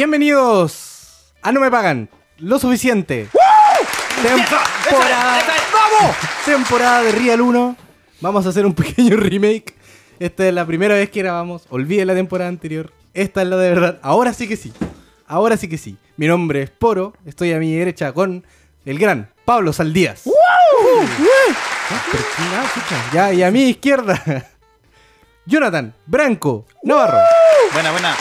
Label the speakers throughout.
Speaker 1: Bienvenidos a No Me Pagan Lo Suficiente. Temporada,
Speaker 2: ¡Vamos!
Speaker 1: temporada de Real 1. Vamos a hacer un pequeño remake. Esta es la primera vez que grabamos. Olvide la temporada anterior. Esta es la de verdad. Ahora sí que sí. Ahora sí que sí. Mi nombre es Poro. Estoy a mi derecha con el gran Pablo Saldías. Ah, pero qué nada, chucha. Ya, y a mi izquierda, Jonathan Branco Navarro.
Speaker 2: Buena, buena.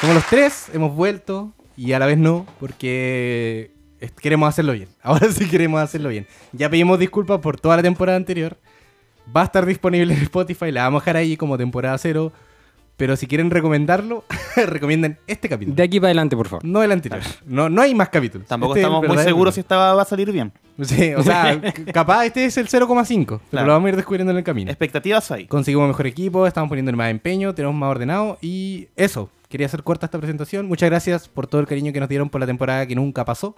Speaker 1: Como los tres hemos vuelto y a la vez no, porque es- queremos hacerlo bien. Ahora sí queremos hacerlo bien. Ya pedimos disculpas por toda la temporada anterior. Va a estar disponible en Spotify, la vamos a dejar ahí como temporada cero. Pero si quieren recomendarlo, recomienden este capítulo.
Speaker 3: De aquí para adelante, por favor.
Speaker 1: No el anterior. No, no hay más capítulos.
Speaker 2: Tampoco
Speaker 1: Este es el
Speaker 2: estamos muy
Speaker 1: verdadero
Speaker 2: seguros si
Speaker 1: capítulo.
Speaker 2: esta va va a salir bien.
Speaker 1: Sí, o sea, c- capaz este es el 0,5. Pero
Speaker 2: Claro.
Speaker 1: lo vamos a ir descubriendo en el camino.
Speaker 2: Expectativas hay.
Speaker 1: Conseguimos mejor equipo, estamos poniendo más empeño, tenemos más ordenado y eso. Quería hacer corta esta presentación. Muchas gracias por todo el cariño que nos dieron por la temporada que nunca pasó.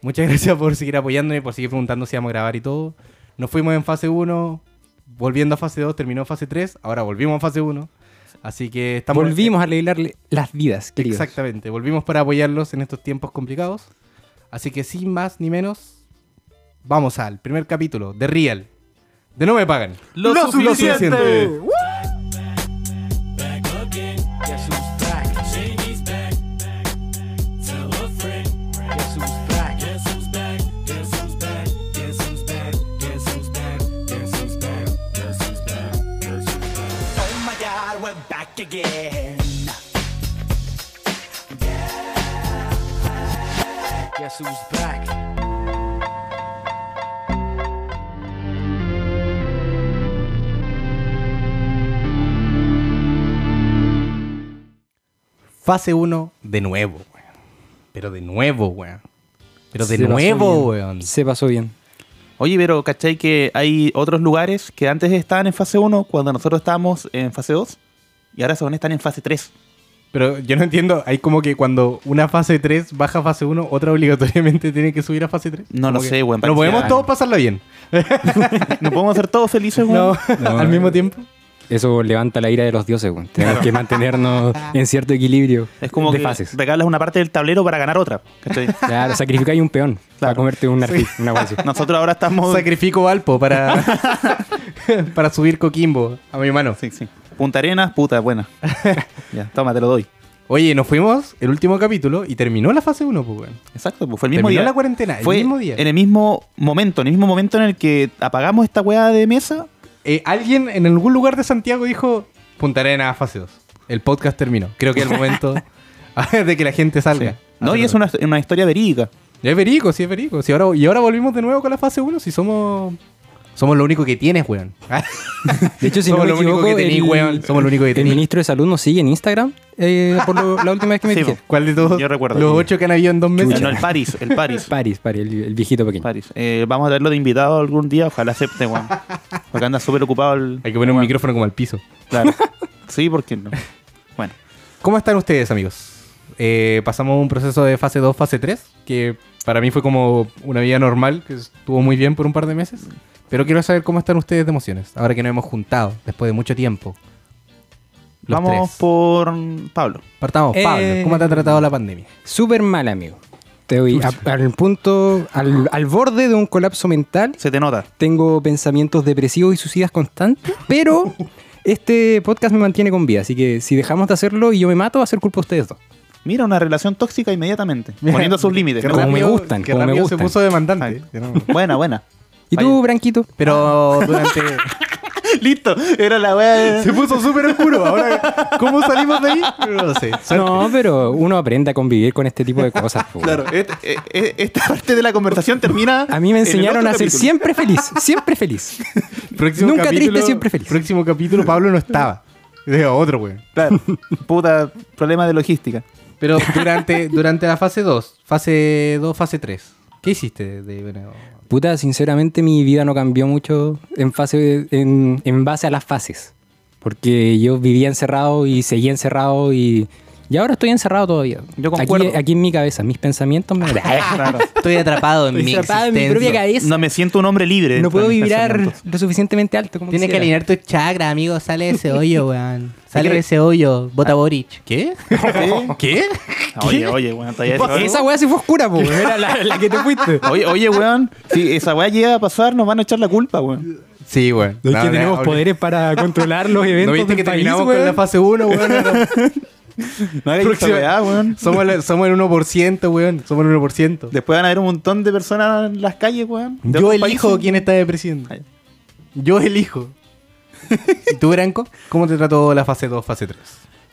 Speaker 1: Muchas gracias por seguir apoyándome, por seguir preguntando si íbamos a grabar y todo. Nos fuimos en fase 1, volviendo a fase 2, terminó fase 3, ahora volvimos a fase 1. Así que estamos...
Speaker 3: Volvimos a arreglarle las vidas, queridos.
Speaker 1: Exactamente, volvimos para apoyarlos en estos tiempos complicados. Así que sin más ni menos, vamos al primer capítulo de Real. De no me pagan.
Speaker 2: Lo suficiente.
Speaker 4: Oh my god, we're back again. Guess who's back?
Speaker 1: Fase 1 de nuevo, weón. Pero de nuevo, weón. Pero de
Speaker 3: Se pasó
Speaker 1: nuevo,
Speaker 3: bien.
Speaker 1: weón.
Speaker 3: Se pasó bien.
Speaker 2: Oye, pero ¿cachai que hay otros lugares que antes estaban en fase 1 cuando nosotros estábamos en fase 2? Y ahora según están en fase 3.
Speaker 1: Pero yo no entiendo, hay como que cuando una fase 3 baja a fase 1, otra obligatoriamente tiene que subir a fase 3.
Speaker 2: No lo sé, weón,
Speaker 1: Pero
Speaker 2: parecía-
Speaker 1: podemos todos pasarla bien.
Speaker 2: ¿No podemos ser todos felices, weón?
Speaker 1: No, al mismo tiempo.
Speaker 3: Eso levanta la ira de los dioses, weón. Tenemos que mantenernos en cierto equilibrio
Speaker 2: Es como
Speaker 3: de
Speaker 2: que
Speaker 3: fases.
Speaker 2: regalas una parte del tablero para ganar otra. ¿cachai?
Speaker 3: Claro, sacrificáis un peón para comerte un arpí, una cosa así.
Speaker 2: Nosotros ahora estamos...
Speaker 1: Sacrifico Valpo para, para subir Coquimbo a mi mano.
Speaker 2: Sí, sí. Punta Arenas, puta, buena. ya, toma, te lo doy.
Speaker 1: Oye, nos fuimos el último capítulo y terminó la fase 1, pues, weón.
Speaker 2: Exacto, pues fue el mismo
Speaker 1: Terminó
Speaker 2: día.
Speaker 1: la cuarentena, el
Speaker 2: Fue
Speaker 1: mismo día.
Speaker 2: En el mismo momento, en el mismo momento en el que apagamos esta weá de mesa.
Speaker 1: Eh, alguien en algún lugar de Santiago dijo Punta Arenas fase 2. El podcast terminó. Creo que es el momento de que la gente salga.
Speaker 2: No, y es una, una historia verídica.
Speaker 1: Es verico, sí, es verico. Sí, ahora, y ahora volvimos de nuevo con la fase 1. Si somos. Somos lo único que tienes, weón.
Speaker 3: De hecho, si
Speaker 1: Somos
Speaker 3: no
Speaker 1: lo
Speaker 3: me
Speaker 1: único
Speaker 3: equivoco,
Speaker 1: que tenéis,
Speaker 3: el,
Speaker 1: weón. Somos lo único que
Speaker 3: el
Speaker 1: tenéis.
Speaker 3: ministro de Salud nos sigue en Instagram eh, por lo- la última vez que me
Speaker 2: Sí,
Speaker 3: dije.
Speaker 1: ¿Cuál de todos?
Speaker 2: Yo recuerdo.
Speaker 1: Los ocho que han habido en dos meses.
Speaker 2: No, el París, el París.
Speaker 3: Paris, Paris, el, el viejito pequeño.
Speaker 2: París. Eh, vamos a tenerlo de invitado algún día, ojalá acepte, weón. Porque anda súper ocupado el.
Speaker 1: Hay que poner un micrófono como al piso.
Speaker 2: Claro. Sí, porque no. Bueno,
Speaker 1: ¿Cómo están ustedes, amigos? Eh, pasamos un proceso de fase 2, fase 3, que para mí fue como una vida normal, que estuvo muy bien por un par de meses. Pero quiero saber cómo están ustedes de emociones, ahora que nos hemos juntado, después de mucho tiempo. Los
Speaker 2: vamos
Speaker 1: tres.
Speaker 2: por Pablo.
Speaker 1: Partamos,
Speaker 3: Eh.
Speaker 1: Pablo, ¿cómo te ha tratado la pandemia?
Speaker 3: Súper mal, amigo. Te doy a- al punto, al- al borde de un colapso mental
Speaker 2: Se te nota.
Speaker 3: Tengo pensamientos depresivos y suicidas constantes, pero este podcast me mantiene con vida. Así que si dejamos de hacerlo y yo me mato, va a ser culpa de ustedes dos.
Speaker 2: Mira, una relación tóxica inmediatamente. Poniendo sus límites.
Speaker 1: Qué
Speaker 3: Como
Speaker 1: rápido-
Speaker 3: me gustan,
Speaker 1: qué
Speaker 3: como me
Speaker 1: rápido se
Speaker 3: gustan.
Speaker 1: puso demandante.
Speaker 2: Ay. Buena, buena.
Speaker 3: ¿Y tú, Branquito?
Speaker 1: Pero durante...
Speaker 2: Listo. Era la weá. de-
Speaker 1: se puso súper oscuro. Ahora, ¿cómo salimos de ahí? No lo sé.
Speaker 3: No, pero uno aprende a convivir con este tipo de cosas. po.
Speaker 2: Claro, et- e- e- esta parte de la conversación termina.
Speaker 3: A mí me
Speaker 2: en el
Speaker 3: enseñaron
Speaker 2: otro
Speaker 3: a ser
Speaker 2: capítulo.
Speaker 3: siempre feliz, siempre feliz. Nunca triste, siempre feliz.
Speaker 1: Próximo capítulo, Pablo no estaba. Deja otro, güey.
Speaker 2: Claro. Puta, problema de logística.
Speaker 1: Pero durante, durante la fase 2, fase 2, fase 3, ¿qué hiciste? De, bueno,
Speaker 3: Puta, sinceramente mi vida no cambió mucho en, fase, en, en base a las fases. Porque yo vivía encerrado y seguía encerrado y Y ahora estoy encerrado todavía.
Speaker 2: Yo concuerdo.
Speaker 3: aquí, aquí en mi cabeza, mis pensamientos me...
Speaker 1: Ah.
Speaker 2: Claro.
Speaker 5: Estoy atrapado en, mi,
Speaker 3: Estoy atrapado en mi
Speaker 5: existencia.
Speaker 3: propia cabeza.
Speaker 2: No me siento un hombre libre. este
Speaker 3: No puedo
Speaker 2: con mis
Speaker 3: vibrar
Speaker 2: pensamientos.
Speaker 3: lo suficientemente alto como
Speaker 5: Tienes que
Speaker 3: quisiera.
Speaker 5: alinear tus chakras, amigo. Sale de ese hoyo, weón. Sale de ese hoyo. Bota Boric. ¿Qué? ¿Qué?
Speaker 2: Oye, oye, weón. todavía
Speaker 3: Vos,
Speaker 2: eso-
Speaker 3: Esa weá sí fue oscura, po. Era la, la que te fuiste.
Speaker 2: Oye, oye, weón. Si esa weá llega a pasar, nos van a echar la culpa, weón.
Speaker 5: Sí, weón.
Speaker 3: No, es
Speaker 1: No,
Speaker 3: que
Speaker 1: no,
Speaker 3: tenemos
Speaker 1: olvi-
Speaker 3: poderes para controlar los eventos
Speaker 1: ¿No viste
Speaker 3: del
Speaker 1: que
Speaker 3: país,
Speaker 1: terminamos
Speaker 3: weón?
Speaker 1: con la fase 1, weón?
Speaker 2: No hagas esa
Speaker 1: Próxima-
Speaker 2: weá, weón.
Speaker 1: somos, la- somos el 1%, weón. Somos el 1%.
Speaker 2: Después van a haber un montón de personas en las calles, weón. de
Speaker 1: Yo
Speaker 2: otros
Speaker 1: elijo
Speaker 2: países.
Speaker 1: quién está de presidente.
Speaker 2: Ay.
Speaker 1: Yo elijo. ¿Y tú, Branco? ¿Cómo te trató la fase 2, fase 3?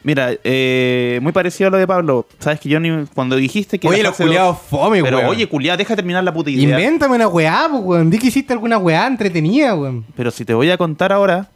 Speaker 2: Mira, eh, muy parecido a lo de Pablo. Sabes que yo ni, cuando dijiste que.
Speaker 1: Oye,
Speaker 2: la
Speaker 1: los
Speaker 2: fase dos-
Speaker 1: culiados fome,
Speaker 2: Pero
Speaker 1: weón.
Speaker 2: oye, culiado, deja terminar la puta idea.
Speaker 1: Invéntame una weá, po, weón. Di que hiciste alguna weá entretenida, weón.
Speaker 2: Pero si te voy a contar ahora.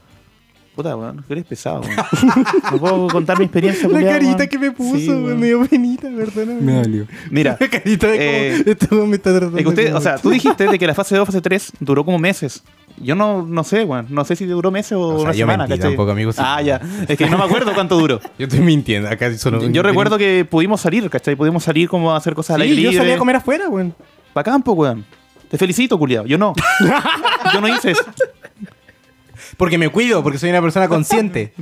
Speaker 2: Puta, weón, que eres pesado, weón. No puedo contar mi experiencia,
Speaker 1: La
Speaker 2: culiao,
Speaker 1: carita
Speaker 2: weón.
Speaker 1: que me puso,
Speaker 2: Sí,
Speaker 1: weón. Me dio penita, perdóname.
Speaker 3: Me dolió.
Speaker 2: Mira,
Speaker 1: La carita de
Speaker 2: Eh,
Speaker 1: como, este weón me está tratando.
Speaker 2: es que usted,
Speaker 1: como-
Speaker 2: o sea, tú dijiste de que la fase 2, fase 3 duró como meses. Yo no, no sé, weón. No sé si duró meses o,
Speaker 1: O sea,
Speaker 2: una
Speaker 1: yo
Speaker 2: semana,
Speaker 1: mentí
Speaker 2: ¿cachai?
Speaker 1: tampoco, amigo, sí.
Speaker 2: Ah, ya. Es que no me acuerdo cuánto duró.
Speaker 1: Yo estoy mintiendo. Acá solo...
Speaker 2: Yo recuerdo que pudimos salir, ¿cachai? Pudimos salir como a hacer cosas al aire
Speaker 1: Sí, yo
Speaker 2: libre.
Speaker 1: salía a comer afuera, weón.
Speaker 2: Pa' campo, weón. Te felicito, culiado. Yo no. Yo no hice eso.
Speaker 1: Porque me cuido, porque soy una persona consciente.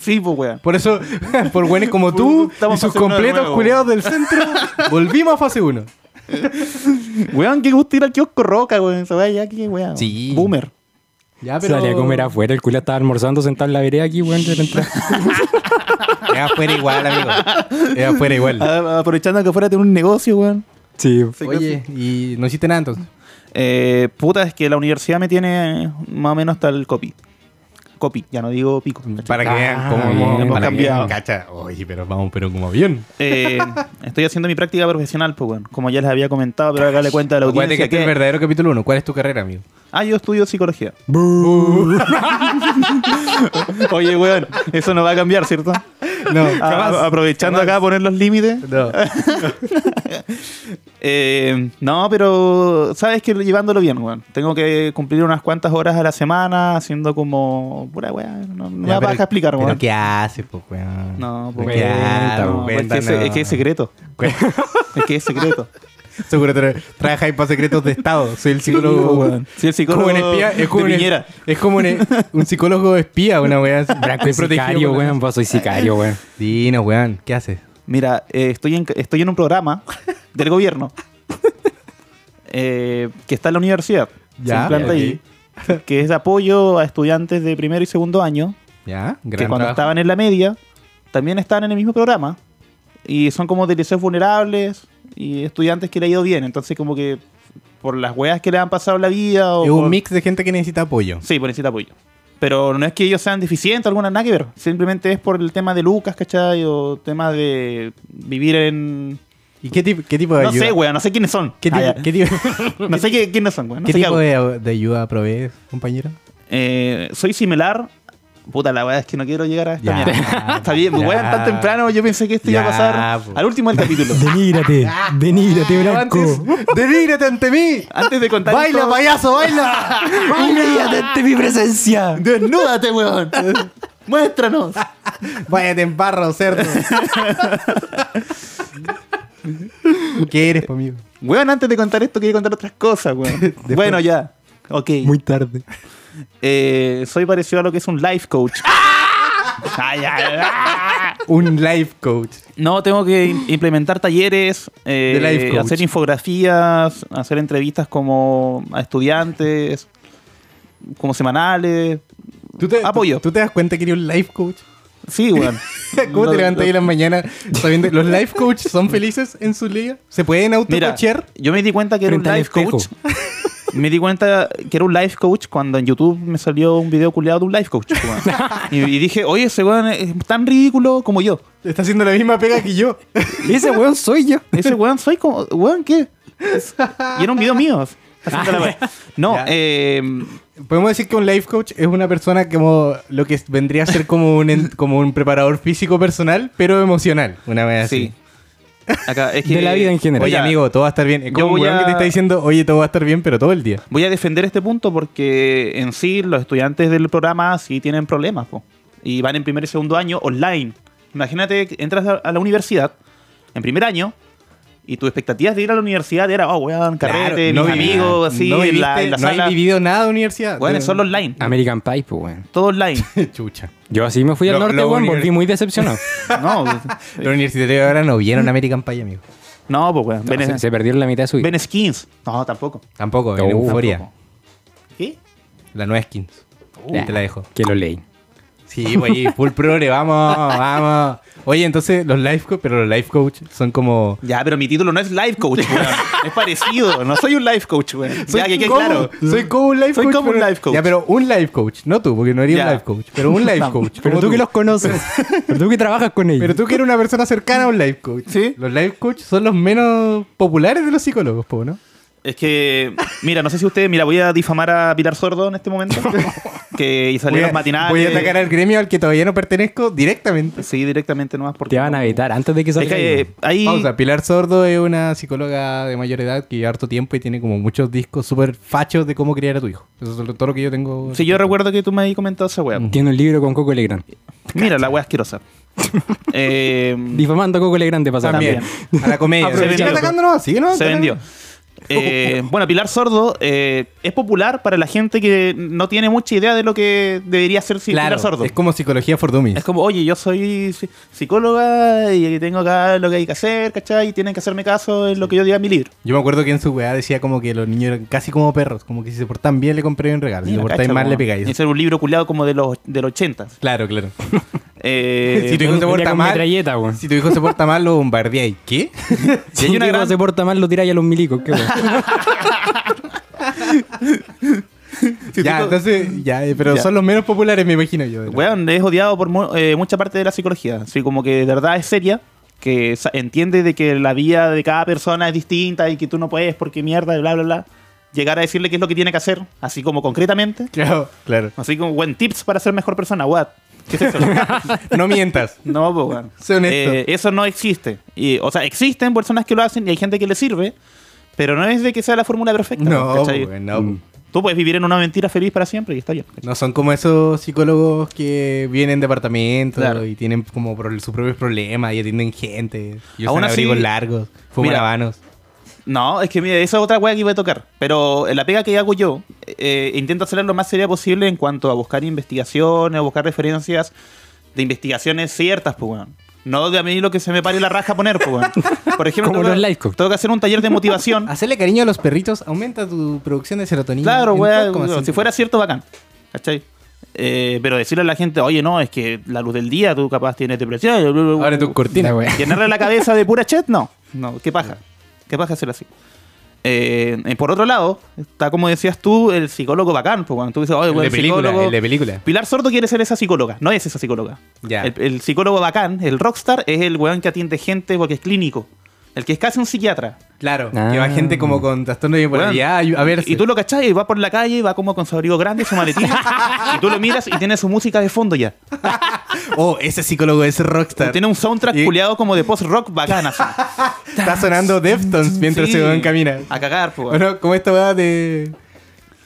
Speaker 2: Sí, pues, weón.
Speaker 1: Por eso, por güenes como tú
Speaker 2: Estamos
Speaker 1: y sus
Speaker 2: fase uno de
Speaker 1: completos
Speaker 2: nuevo.
Speaker 1: culiados del centro, volvimos a fase 1.
Speaker 2: Weón, qué gusto ir al kiosco roca, weón. Se vaya aquí, weón.
Speaker 5: Sí.
Speaker 2: Boomer. Ah,
Speaker 1: Ya,
Speaker 3: Salí a comer afuera, el culo estaba almorzando sentado en la vereda aquí, weón, de la entrada.
Speaker 5: Es afuera igual, amigo.
Speaker 1: Eh, afuera igual.
Speaker 2: A- aprovechando que fuera tiene un negocio, weón.
Speaker 3: Sí.
Speaker 1: Oye, y no hiciste nada entonces.
Speaker 2: Eh, puta, es que la universidad me tiene más o menos hasta el copy. Copy, ya no digo pico. ¿cachai?
Speaker 1: Para que
Speaker 3: Ah,
Speaker 1: vean cómo
Speaker 3: bien, hemos
Speaker 1: para que
Speaker 2: cambiado.
Speaker 1: vean, Cacha. Oye, pero vamos, pero como avión.
Speaker 2: Eh, estoy haciendo mi práctica profesional, pues, weón. Como ya les había comentado, pero acá le cuenta a la
Speaker 1: Acuérdate que
Speaker 2: audiencia
Speaker 1: este es el
Speaker 2: que...
Speaker 1: verdadero capítulo 1. ¿Cuál es tu carrera, amigo?
Speaker 2: Ah, yo estudio psicología. Oye, weón, eso no va a cambiar, ¿cierto?
Speaker 1: No,
Speaker 2: A- aprovechando acá a poner los límites.
Speaker 1: No.
Speaker 2: Eh, no, pero sabes que llevándolo bien, weón. Tengo que cumplir unas cuantas horas a la semana haciendo como pura weón. No, no
Speaker 1: Ya,
Speaker 2: me
Speaker 1: pero-
Speaker 2: vas a explicar,
Speaker 5: ¿Pero
Speaker 2: weón.
Speaker 5: qué hace, pues, weón?
Speaker 2: No, pues,
Speaker 5: Cuenta,
Speaker 2: weón, no, pues,
Speaker 1: cuenta,
Speaker 2: es, que es,
Speaker 1: no.
Speaker 2: es que es secreto. Es que es secreto.
Speaker 1: Seguro tra- trabaja ahí para secretos de Estado. Soy el psicólogo.
Speaker 2: weón. Soy el psicólogo
Speaker 1: Como un espía,
Speaker 2: de
Speaker 1: es como, un,
Speaker 2: Piñera.
Speaker 1: es como un, un psicólogo espía, una weá. así.
Speaker 3: Branco es
Speaker 1: Protegido
Speaker 3: sicario,
Speaker 1: por la-
Speaker 3: weón. Vos soy sicario, weón.
Speaker 1: Sí, no, weón. ¿Qué haces?
Speaker 2: Mira, eh, estoy, en, estoy en un programa del gobierno eh, que está en la universidad.
Speaker 1: Ya,
Speaker 2: se implanta ahí, Que es de apoyo a estudiantes de primero y segundo año
Speaker 1: Ya,
Speaker 2: que
Speaker 1: gran
Speaker 2: cuando
Speaker 1: trabajo.
Speaker 2: estaban en la media también estaban en el mismo programa y son como de liceos vulnerables y estudiantes que le ha ido bien. Entonces, como que por las weas que le han pasado en la vida o.
Speaker 1: Es un
Speaker 2: por-
Speaker 1: mix de gente que necesita apoyo.
Speaker 2: Sí, por necesita apoyo. Pero no es que ellos sean deficientes, alguna nada que ver. Simplemente es por el tema de Lucas, ¿cachai? O tema de vivir en.
Speaker 1: ¿Y qué, tip- qué tipo de
Speaker 2: No
Speaker 1: ayuda?
Speaker 2: sé, weón, no sé quiénes son.
Speaker 1: ¿Qué,
Speaker 2: Ah,
Speaker 1: tipo-
Speaker 2: ya.
Speaker 1: qué tipo-
Speaker 2: No sé qué- quiénes son, weón. No
Speaker 1: qué
Speaker 2: sé qué
Speaker 1: tipo
Speaker 2: hago.
Speaker 1: de, de ayuda provees, compañero?
Speaker 2: Eh, soy similar. Puta, la weá es que no quiero llegar a esta
Speaker 1: Ya,
Speaker 2: mierda. Está bien, pues,
Speaker 1: ya.
Speaker 2: weón, tan temprano yo pensé que esto iba a
Speaker 1: Ya, pues.
Speaker 2: pasar
Speaker 1: po.
Speaker 2: al último del capítulo.
Speaker 3: Denígrate, denígrate,
Speaker 1: ¡Levantes!
Speaker 3: Branco.
Speaker 1: ¡Delígrate ante mí!
Speaker 2: Antes de contar
Speaker 1: ¡Baila,
Speaker 2: esto-
Speaker 1: payaso, baila!
Speaker 3: Humíllate ante mi presencia.
Speaker 2: ¡Desnúdate, weón! ¡Muéstranos!
Speaker 1: ¡Váyate en barro, cerdo! ¿Qué eres, po, amigo?
Speaker 2: Weón, antes de contar esto quería contar otras cosas, weón. bueno, ya. Ok.
Speaker 3: Muy tarde.
Speaker 2: Eh, soy parecido a lo que es un life coach. Ah, Ay, ay, ay.
Speaker 1: Un life coach.
Speaker 2: No, tengo que im- implementar talleres, eh,
Speaker 1: De life coach.
Speaker 2: hacer infografías, hacer entrevistas como a estudiantes, como semanales.
Speaker 1: ¿Tú te,
Speaker 2: Apoyo.
Speaker 1: ¿Tú te das cuenta que eres un life coach?
Speaker 2: Sí, weón.
Speaker 1: ¿Cómo
Speaker 2: Lo-
Speaker 1: te levantas ahí
Speaker 2: lo-
Speaker 1: en las mañanas sabiendo los life coach son felices en su liga? ¿Se pueden
Speaker 2: Mira,
Speaker 1: autocochear?
Speaker 2: yo me di cuenta que era un
Speaker 3: Frente al
Speaker 2: life coach. Me di cuenta que era un life coach cuando en YouTube me salió un video culiado de un life coach. weón. Y, y dije, oye, ese weón es tan ridículo como yo.
Speaker 1: Está haciendo la misma pega que yo.
Speaker 3: Ese weón soy yo.
Speaker 2: Ese weón soy como. ¿Weón qué? Es- Y era un video mío. haciendo la weá. No,
Speaker 1: Ya.
Speaker 2: eh,
Speaker 1: Podemos decir que un life coach es una persona como lo que vendría a ser como un, en- como un preparador físico personal, pero emocional. Una vez así.
Speaker 2: sí. Acá, es que-
Speaker 3: De la vida en general.
Speaker 1: Oye,
Speaker 2: Mira,
Speaker 1: amigo, todo va a estar bien. Es
Speaker 2: yo
Speaker 1: como un
Speaker 2: voy
Speaker 1: weón
Speaker 2: a-
Speaker 1: que te está diciendo, oye, todo va a estar bien, pero todo el día.
Speaker 2: Voy a defender este punto porque en sí los estudiantes del programa sí tienen problemas. po. Y van en primer y segundo año online. Imagínate que entras a, a la universidad en primer año y tus expectativas de ir a la universidad era, oh, weón, carrete, mis amigos, así,
Speaker 1: no
Speaker 2: en la,
Speaker 1: viviste-
Speaker 2: en la
Speaker 1: no
Speaker 2: sala.
Speaker 1: he vivido nada de universidad.
Speaker 2: Weón,
Speaker 1: De-
Speaker 2: solo online.
Speaker 3: American Pie, pues, weón.
Speaker 2: Todo online.
Speaker 1: Chucha.
Speaker 3: Yo así me fui al
Speaker 1: Lo-
Speaker 3: norte,
Speaker 1: lo
Speaker 3: weón,
Speaker 1: único-
Speaker 3: volví muy decepcionado.
Speaker 2: No,
Speaker 1: Los universitarios ahora no vieron American Pie, amigo.
Speaker 2: no, pues, weón.
Speaker 3: No,
Speaker 2: Ven,
Speaker 3: se, se perdieron la mitad de su vida.
Speaker 2: ven skins. No, tampoco.
Speaker 1: Tampoco, en
Speaker 3: No,
Speaker 1: Euforia.
Speaker 2: tampoco. Uh. ¿Qué?
Speaker 1: La nueva skins.
Speaker 3: Ya,
Speaker 1: Te la dejo.
Speaker 3: Que lo leí.
Speaker 1: Sí, güey, full progre, vamos, vamos. Oye, entonces los life coach, pero los life coach son como.
Speaker 2: Ya, pero mi título no es life coach, weón. es parecido. No soy un life coach, weón. Ya, que quede
Speaker 1: como-
Speaker 2: claro.
Speaker 1: Soy como un life
Speaker 2: Soy
Speaker 1: coach.
Speaker 2: como un
Speaker 1: pero-
Speaker 2: life coach.
Speaker 1: Ya, pero un life coach. No tú, porque no eres
Speaker 2: Ya.
Speaker 1: un life coach. Pero un life coach.
Speaker 3: Pero
Speaker 1: como
Speaker 3: tú, que los conoces. pero tú que trabajas con ellos.
Speaker 1: Pero tú que eres una persona cercana a un life coach.
Speaker 2: Sí.
Speaker 1: Los life coach son los menos populares de los psicólogos, po, ¿no?
Speaker 2: Es que, mira, no sé si ustedes, mira, voy a difamar a Pilar Sordo en este momento. que y salió
Speaker 1: Voy
Speaker 2: en
Speaker 1: a-
Speaker 2: las matinales.
Speaker 1: Voy a atacar al gremio al que todavía no pertenezco directamente.
Speaker 2: Sí, directamente nomás porque.
Speaker 3: Te van a evitar antes de que
Speaker 2: Es
Speaker 3: salga.
Speaker 2: que eh,
Speaker 3: ahí.
Speaker 2: ahí.
Speaker 1: Pausa. Pilar Sordo es una psicóloga de mayor edad que lleva harto tiempo y tiene como muchos discos súper fachos de cómo criar a tu hijo. Eso es lo- todo lo que yo tengo.
Speaker 2: Sí, yo recuerdo que tú me habías comentado esa weá.
Speaker 1: Mm.
Speaker 3: Tiene un libro con Coco Legrand.
Speaker 2: Mira, la weá asquerosa. eh,
Speaker 3: Difamando a Coco Legrand de pasar.
Speaker 1: También. A la comedia.
Speaker 2: Se vendió.
Speaker 1: ¿Sigue atacándonos? ¿Sigue no? Oh.
Speaker 2: se vendió. Eh, bueno, Pilar Sordo eh, es popular para la gente que no tiene mucha idea de lo que debería ser si-
Speaker 1: Claro,
Speaker 2: Pilar Sordo.
Speaker 1: es como psicología for dummies.
Speaker 2: Es como, oye, yo soy psi- psicóloga y tengo acá lo que hay que hacer, ¿cachai? Y tienen que hacerme caso en lo que yo diga en mi libro.
Speaker 1: Yo me acuerdo que en su weá decía como que los niños eran casi como perros, como que si se portan bien le compré un regalo, si se
Speaker 2: Mira,
Speaker 1: portáis
Speaker 2: cacha,
Speaker 1: mal le
Speaker 2: como-
Speaker 1: pegáis.
Speaker 2: Ese es un libro culiado como de los, del 80.
Speaker 1: Claro, claro.
Speaker 2: Eh,
Speaker 1: si tu hijo
Speaker 3: venía
Speaker 1: se porta
Speaker 3: con
Speaker 1: mal,
Speaker 3: metralleta, weón.
Speaker 1: si tu hijo se porta mal lo bombardeáis. ¿Qué?
Speaker 3: Si
Speaker 2: hay
Speaker 3: un
Speaker 2: una
Speaker 3: tipo
Speaker 2: gran-
Speaker 3: se porta mal, lo tiráis a los milicos. Qué weón.
Speaker 2: si tu
Speaker 1: ya,
Speaker 2: hijo-
Speaker 1: entonces, ya, eh, pero
Speaker 2: Ya.
Speaker 1: son los menos populares, me imagino yo. de la-
Speaker 2: Weón, es odiado por mu- eh, mucha parte de la psicología. Así como que de verdad es seria, que sa- entiende de que la vida de cada persona es distinta y que tú no puedes porque mierda, y bla, bla, bla. Llegar a decirle qué es lo que tiene que hacer, así como concretamente.
Speaker 1: Claro, claro.
Speaker 2: Así como, buen tips para ser mejor persona, what? ¿Qué es eso?
Speaker 1: No mientas.
Speaker 2: no, pues, weón.
Speaker 1: Sé honesto.
Speaker 2: Eh, eso no existe. Y, o sea, existen personas que lo hacen y hay gente que le sirve, pero no es de que sea la fórmula perfecta.
Speaker 1: No,
Speaker 2: ¿cachai?
Speaker 1: weón, no.
Speaker 3: Mm.
Speaker 2: Tú puedes vivir en una mentira feliz para siempre y está bien. ¿cachai?
Speaker 1: No son como esos psicólogos que vienen de apartamentos
Speaker 2: Claro.
Speaker 1: y tienen como pro- sus propios problemas y atienden gente. Y
Speaker 2: Aún
Speaker 1: usan
Speaker 2: así-
Speaker 1: abrigos largos, fuman
Speaker 2: Mira.
Speaker 1: habanos.
Speaker 2: No, es que mira, esa es otra weá que iba a tocar. Pero eh, la pega que hago yo, eh, intento hacerla lo más seria posible en cuanto a buscar investigaciones, a buscar referencias de investigaciones ciertas, pues weón. No de a mí lo que se me pare la raja poner, pues weón. Por ejemplo,
Speaker 3: Como
Speaker 2: tengo,
Speaker 3: los
Speaker 2: que-
Speaker 3: life coach.
Speaker 2: tengo que hacer un taller de motivación.
Speaker 1: Hacerle cariño a los perritos aumenta tu producción de serotonina.
Speaker 2: claro,
Speaker 1: en
Speaker 2: weón,
Speaker 1: 3,5.
Speaker 2: Si fuera cierto, bacán. ¿Cachai? Eh, pero decirle a la gente, oye, no, es que la luz del día tú capaz tienes depresión. bla, bla, bla, bla".
Speaker 1: Abre tu cortina,
Speaker 3: La weá.
Speaker 2: llenarle la cabeza de pura chat, no. No, qué paja. Qué paja hacer así. Eh, eh, por otro lado, está como decías tú, el psicólogo bacán. Pues cuando tú dices, oye,
Speaker 1: El
Speaker 2: bueno,
Speaker 1: de
Speaker 2: el
Speaker 1: película,
Speaker 2: psicólogo.
Speaker 1: el de película.
Speaker 2: Pilar Sordo quiere ser esa psicóloga. No es esa psicóloga.
Speaker 1: Ya.
Speaker 2: El, el psicólogo bacán, el rockstar, es el weón que atiende gente porque es clínico. El que es casi un psiquiatra.
Speaker 1: Claro,
Speaker 3: Ah.
Speaker 1: que va gente como con trastorno de
Speaker 2: Weón,
Speaker 1: bipolaridad a ver.
Speaker 2: Y tú lo cachás y va por la calle, va como con su abrigo grande, su maletín. y tú lo miras y tiene su música de fondo ya.
Speaker 1: Oh, ese psicólogo es rockstar.
Speaker 2: Tiene un soundtrack
Speaker 1: Y-
Speaker 2: culeado como de post-rock bacán así.
Speaker 1: Está sonando Deftones mientras
Speaker 2: Sí,
Speaker 1: se van camina.
Speaker 2: A cagar, pues. weón.
Speaker 1: Bueno, como esta va de.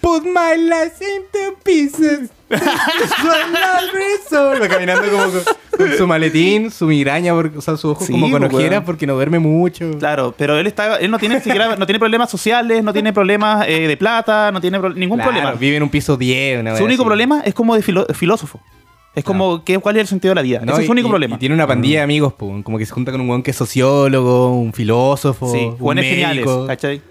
Speaker 1: Put my life into pieces. This is my reason. Va caminando como con, con su maletín, su migraña, por- o sea, sus ojos
Speaker 2: Sí,
Speaker 1: como con
Speaker 2: weón.
Speaker 1: ojeras porque no duerme mucho.
Speaker 2: Claro, pero él está, él no tiene siquiera, no tiene problemas sociales, no tiene problemas eh, de plata, no tiene pro- ningún
Speaker 1: Claro,
Speaker 2: problema.
Speaker 1: Vive en un piso 10. una
Speaker 2: Su
Speaker 1: wea
Speaker 2: único
Speaker 1: así.
Speaker 2: problema es como de filo- filósofo. Es como que, cuál es el sentido de la vida.
Speaker 1: No,
Speaker 2: Ese es
Speaker 1: y-
Speaker 2: su único
Speaker 1: y-
Speaker 2: problema. Mm.
Speaker 1: y tiene una pandilla de amigos, po, como que se junta con un weón que es sociólogo, un filósofo,
Speaker 2: sí,
Speaker 1: un
Speaker 2: Juanes geniales,
Speaker 1: médico,
Speaker 2: ¿cachai?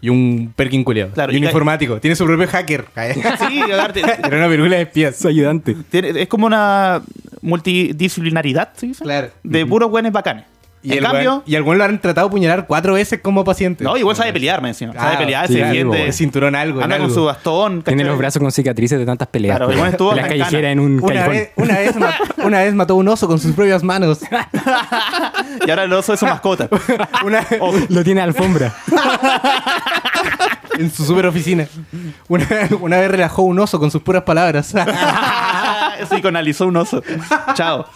Speaker 1: y un perkin culeado.
Speaker 2: Claro,
Speaker 1: y un
Speaker 2: y ca-
Speaker 1: informático. Tiene su propio hacker. Era
Speaker 2: Sí, cagarte.
Speaker 1: una película de espías.
Speaker 3: Su ayudante.
Speaker 2: Tiene- es como una multidisciplinaridad, ¿sí?
Speaker 1: Claro.
Speaker 2: De puros güenes bacanes.
Speaker 1: Y
Speaker 2: en
Speaker 1: el
Speaker 2: cambio,
Speaker 1: weón- y al weón lo han tratado de puñalar cuatro veces como paciente.
Speaker 2: no, igual sabe pelear, me encima.
Speaker 1: Ah,
Speaker 2: sabe pelear,
Speaker 3: sí,
Speaker 2: se
Speaker 3: algo,
Speaker 2: defiende.
Speaker 1: De cinturón algo. en
Speaker 2: Anda con
Speaker 1: algo.
Speaker 2: su bastón.
Speaker 3: Tiene
Speaker 2: ¿cachai?
Speaker 3: los brazos con cicatrices de tantas peleas.
Speaker 2: Claro,
Speaker 3: po,
Speaker 2: igual
Speaker 3: weón.
Speaker 2: estuvo
Speaker 3: la
Speaker 2: arrancana.
Speaker 3: callejera en un
Speaker 1: Una
Speaker 3: callejón.
Speaker 1: vez, una, vez ma- una vez mató un oso con sus propias manos.
Speaker 2: Y ahora el oso es su mascota.
Speaker 1: Una-
Speaker 2: Ojo.
Speaker 3: Lo tiene alfombra.
Speaker 1: en su super oficina. Una, una vez relajó un oso con sus puras palabras.
Speaker 2: Psicoanalizó un oso. Chao.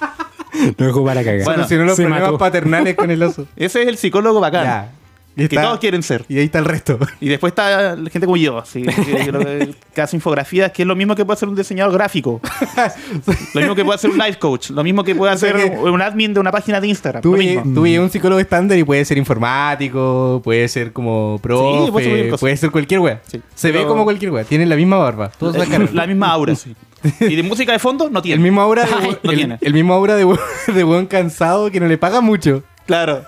Speaker 3: Lo dejó para cagar.
Speaker 2: Bueno,
Speaker 1: Solucionó los
Speaker 3: se
Speaker 1: problemas
Speaker 3: mató.
Speaker 1: paternales con el oso.
Speaker 2: Ese es el psicólogo bacán.
Speaker 1: Ya. Y
Speaker 2: que
Speaker 1: está-
Speaker 2: todos quieren ser.
Speaker 1: Y ahí está el resto.
Speaker 2: Y después está la gente como yo, así, que, lo que- que hace infografías, que es lo mismo que puede hacer un diseñador gráfico, lo mismo que puede hacer un life coach, lo mismo que puede
Speaker 1: O sea
Speaker 2: hacer
Speaker 1: que-
Speaker 2: un admin de una página de Instagram.
Speaker 1: Tú
Speaker 2: lo
Speaker 1: vi-
Speaker 2: mismo.
Speaker 1: tú vi un psicólogo estándar y puede ser informático, puede ser como profe,
Speaker 2: puede ser
Speaker 1: puede,
Speaker 2: cualquier cosa.
Speaker 1: ser cualquier wea.
Speaker 2: Sí.
Speaker 1: Se ve
Speaker 2: Pero-
Speaker 1: como cualquier wea. Tiene la misma barba. Todos
Speaker 2: Es
Speaker 1: sacan
Speaker 2: Eh, la misma aura. sí. Y de música de fondo no tiene.
Speaker 1: el mismo aura de,
Speaker 2: No
Speaker 1: el-
Speaker 2: tiene.
Speaker 1: el mismo aura de, hue- de weón cansado que no le paga mucho.
Speaker 2: Claro.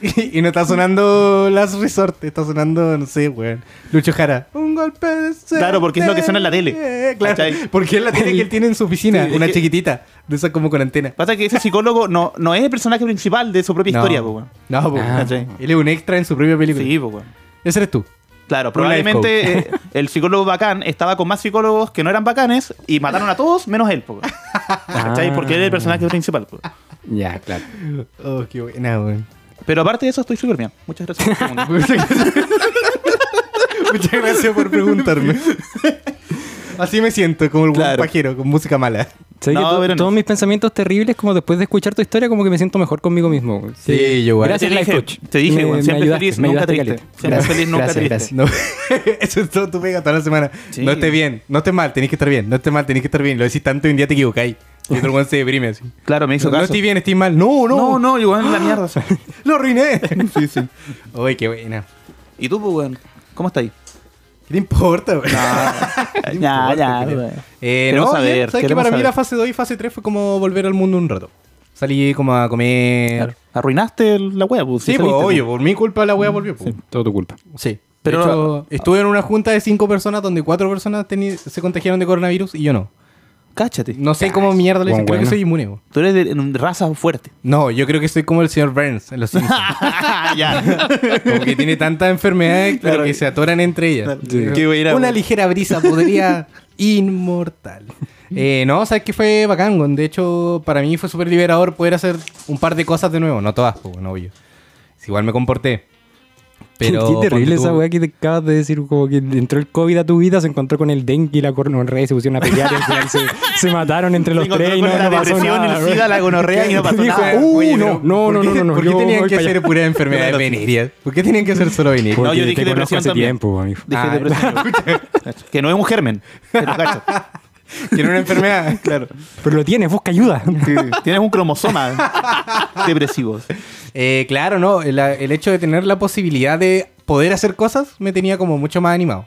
Speaker 1: Y, y no está sonando Last Resort, está sonando, no sé, weón. Lucho Jara. Un golpe de suerte.
Speaker 2: Claro, porque es lo que suena en la tele.
Speaker 1: Eh, claro.
Speaker 2: ¿Cachai?
Speaker 1: Porque es la tele que él tiene en su oficina,
Speaker 2: Sí, es
Speaker 1: una
Speaker 2: que-
Speaker 1: chiquitita, de esa como con antena.
Speaker 2: Pasa que ese psicólogo no, no es el personaje principal de su propia historia, pues, weón.
Speaker 1: No, po,
Speaker 3: Ah.
Speaker 1: ¿cachai? Él es un extra en su propia película.
Speaker 2: Sí, pues, weón.
Speaker 1: Ese eres tú.
Speaker 2: Claro,
Speaker 1: Un
Speaker 2: probablemente eh, el psicólogo bacán estaba con más psicólogos que no eran bacanes y mataron a todos menos él, pues, weón.
Speaker 1: Ah.
Speaker 2: ¿Cachai? Porque él es el personaje principal, pues.
Speaker 3: Ya, claro.
Speaker 1: Oh, qué buena, weón.
Speaker 2: Pero aparte de eso, estoy súper bien. Muchas gracias. por este preguntar.
Speaker 1: Muchas gracias. Muchas gracias por preguntarme. Así me siento, como el weón
Speaker 2: Claro.
Speaker 1: pajero, con música mala.
Speaker 3: ¿Sabes que
Speaker 2: No,
Speaker 3: to-
Speaker 2: pero no.
Speaker 3: Todos mis pensamientos terribles, como después de escuchar tu historia, como que me siento mejor conmigo mismo. güey.
Speaker 1: Sí, yo igual.
Speaker 3: Gracias,
Speaker 2: te
Speaker 3: Life
Speaker 2: dije,
Speaker 3: Coach.
Speaker 2: Te dije,
Speaker 3: Me-
Speaker 2: weón,
Speaker 3: me
Speaker 2: siempre
Speaker 3: ayudaste,
Speaker 2: feliz,
Speaker 3: me
Speaker 2: nunca
Speaker 3: ayudaste,
Speaker 2: triste.
Speaker 3: Caleta.
Speaker 2: Siempre
Speaker 3: Gracias,
Speaker 2: feliz, nunca
Speaker 3: gracias,
Speaker 2: triste.
Speaker 3: gracias.
Speaker 1: No, eso es todo tu pega toda la semana.
Speaker 2: Sí.
Speaker 1: No estés bien, no estés mal, tenés que estar bien, no estés mal, tenés que estar bien. Lo decís tanto y un día te equivocáis. Y otro weón se deprime así.
Speaker 2: Claro, me hizo
Speaker 1: No, no
Speaker 2: caso.
Speaker 1: estoy bien, estoy mal. No, no.
Speaker 2: No, no, igual la mierda. o sea.
Speaker 1: Lo arruiné. sí, sí. Uy, qué buena.
Speaker 2: ¿Y tú, pues, weón? ¿Cómo estás ahí?
Speaker 1: ¿Qué te importa, güey? ¿Qué te
Speaker 2: Ya,
Speaker 1: importa,
Speaker 2: ya,
Speaker 1: culiao?
Speaker 2: güey.
Speaker 1: Eh,
Speaker 2: Queremos
Speaker 1: no,
Speaker 2: saber,
Speaker 1: bien, ¿sabes que
Speaker 2: queremos
Speaker 1: para mí
Speaker 2: saber.
Speaker 1: la fase 2 y fase 3 fue como volver al mundo un rato? Salí como a comer.
Speaker 2: Arruinaste el- la wea, pues.
Speaker 1: Sí, pues,
Speaker 2: saliste, pues.
Speaker 1: obvio, por mi culpa la wea volvió. pues.
Speaker 3: Sí, todo tu culpa.
Speaker 1: Sí. Pero
Speaker 2: Pero-
Speaker 1: estuve en una junta de cinco personas donde cuatro personas teni- se contagiaron de coronavirus y yo no.
Speaker 2: Cáchate.
Speaker 1: No sé cómo mierda le dicen,
Speaker 3: Bueno,
Speaker 1: creo que
Speaker 3: bueno.
Speaker 1: soy inmune. bo.
Speaker 2: Tú eres de en raza fuerte.
Speaker 1: No, yo creo que soy como el señor Burns en los Simpsons.
Speaker 2: Ah, ya.
Speaker 1: como que tiene tantas enfermedades pero
Speaker 2: Claro.
Speaker 1: que se atoran entre ellas.
Speaker 2: Sí. Qué buena,
Speaker 1: Una
Speaker 2: bo.
Speaker 1: ligera brisa podría inmortal. Eh, no, sabes que fue bacán, weón. De hecho, para mí fue súper liberador poder hacer un par de cosas de nuevo. No todas, pues, no, obvio. Si Igual me comporté. Pero
Speaker 3: Qué
Speaker 1: ponte
Speaker 3: terrible
Speaker 1: tú-
Speaker 3: esa weá que te acabas de decir, como que entró el COVID a tu vida, se encontró con el dengue y la gonorrea y se pusieron a pelear y al final se, se mataron entre los
Speaker 2: Se encontró
Speaker 3: tres y no,
Speaker 2: con la
Speaker 3: no pasó
Speaker 2: depresión,
Speaker 3: nada.
Speaker 2: el SIDA, la gonorrea y no pasó
Speaker 3: Dijo,
Speaker 2: nada.
Speaker 3: "Uh,
Speaker 1: Oye,
Speaker 3: no,
Speaker 1: pero,
Speaker 3: no,
Speaker 1: ¿por
Speaker 3: no,
Speaker 1: qué-
Speaker 3: no, no, no,
Speaker 1: ¿Por qué
Speaker 3: yo
Speaker 1: tenían
Speaker 3: voy
Speaker 1: que
Speaker 3: para
Speaker 1: hacer
Speaker 3: allá".
Speaker 1: puras enfermedades
Speaker 2: Claro, sí.
Speaker 1: venéreas? ¿Por qué tenían que hacer solo venir?
Speaker 3: Porque
Speaker 2: No, yo
Speaker 3: te
Speaker 2: dije
Speaker 3: conozco
Speaker 2: depresión
Speaker 3: hace
Speaker 2: también.
Speaker 3: tiempo, amigo.
Speaker 2: Dije
Speaker 1: Ah,
Speaker 2: depresión. que no es un germen. Pero cacha.
Speaker 1: Tiene una enfermedad.
Speaker 2: Claro.
Speaker 3: Pero lo tienes, busca ayuda.
Speaker 2: Tienes un cromosoma depresivo.
Speaker 1: Eh, claro, no. El, el hecho de tener la posibilidad de poder hacer cosas me tenía como mucho más animado.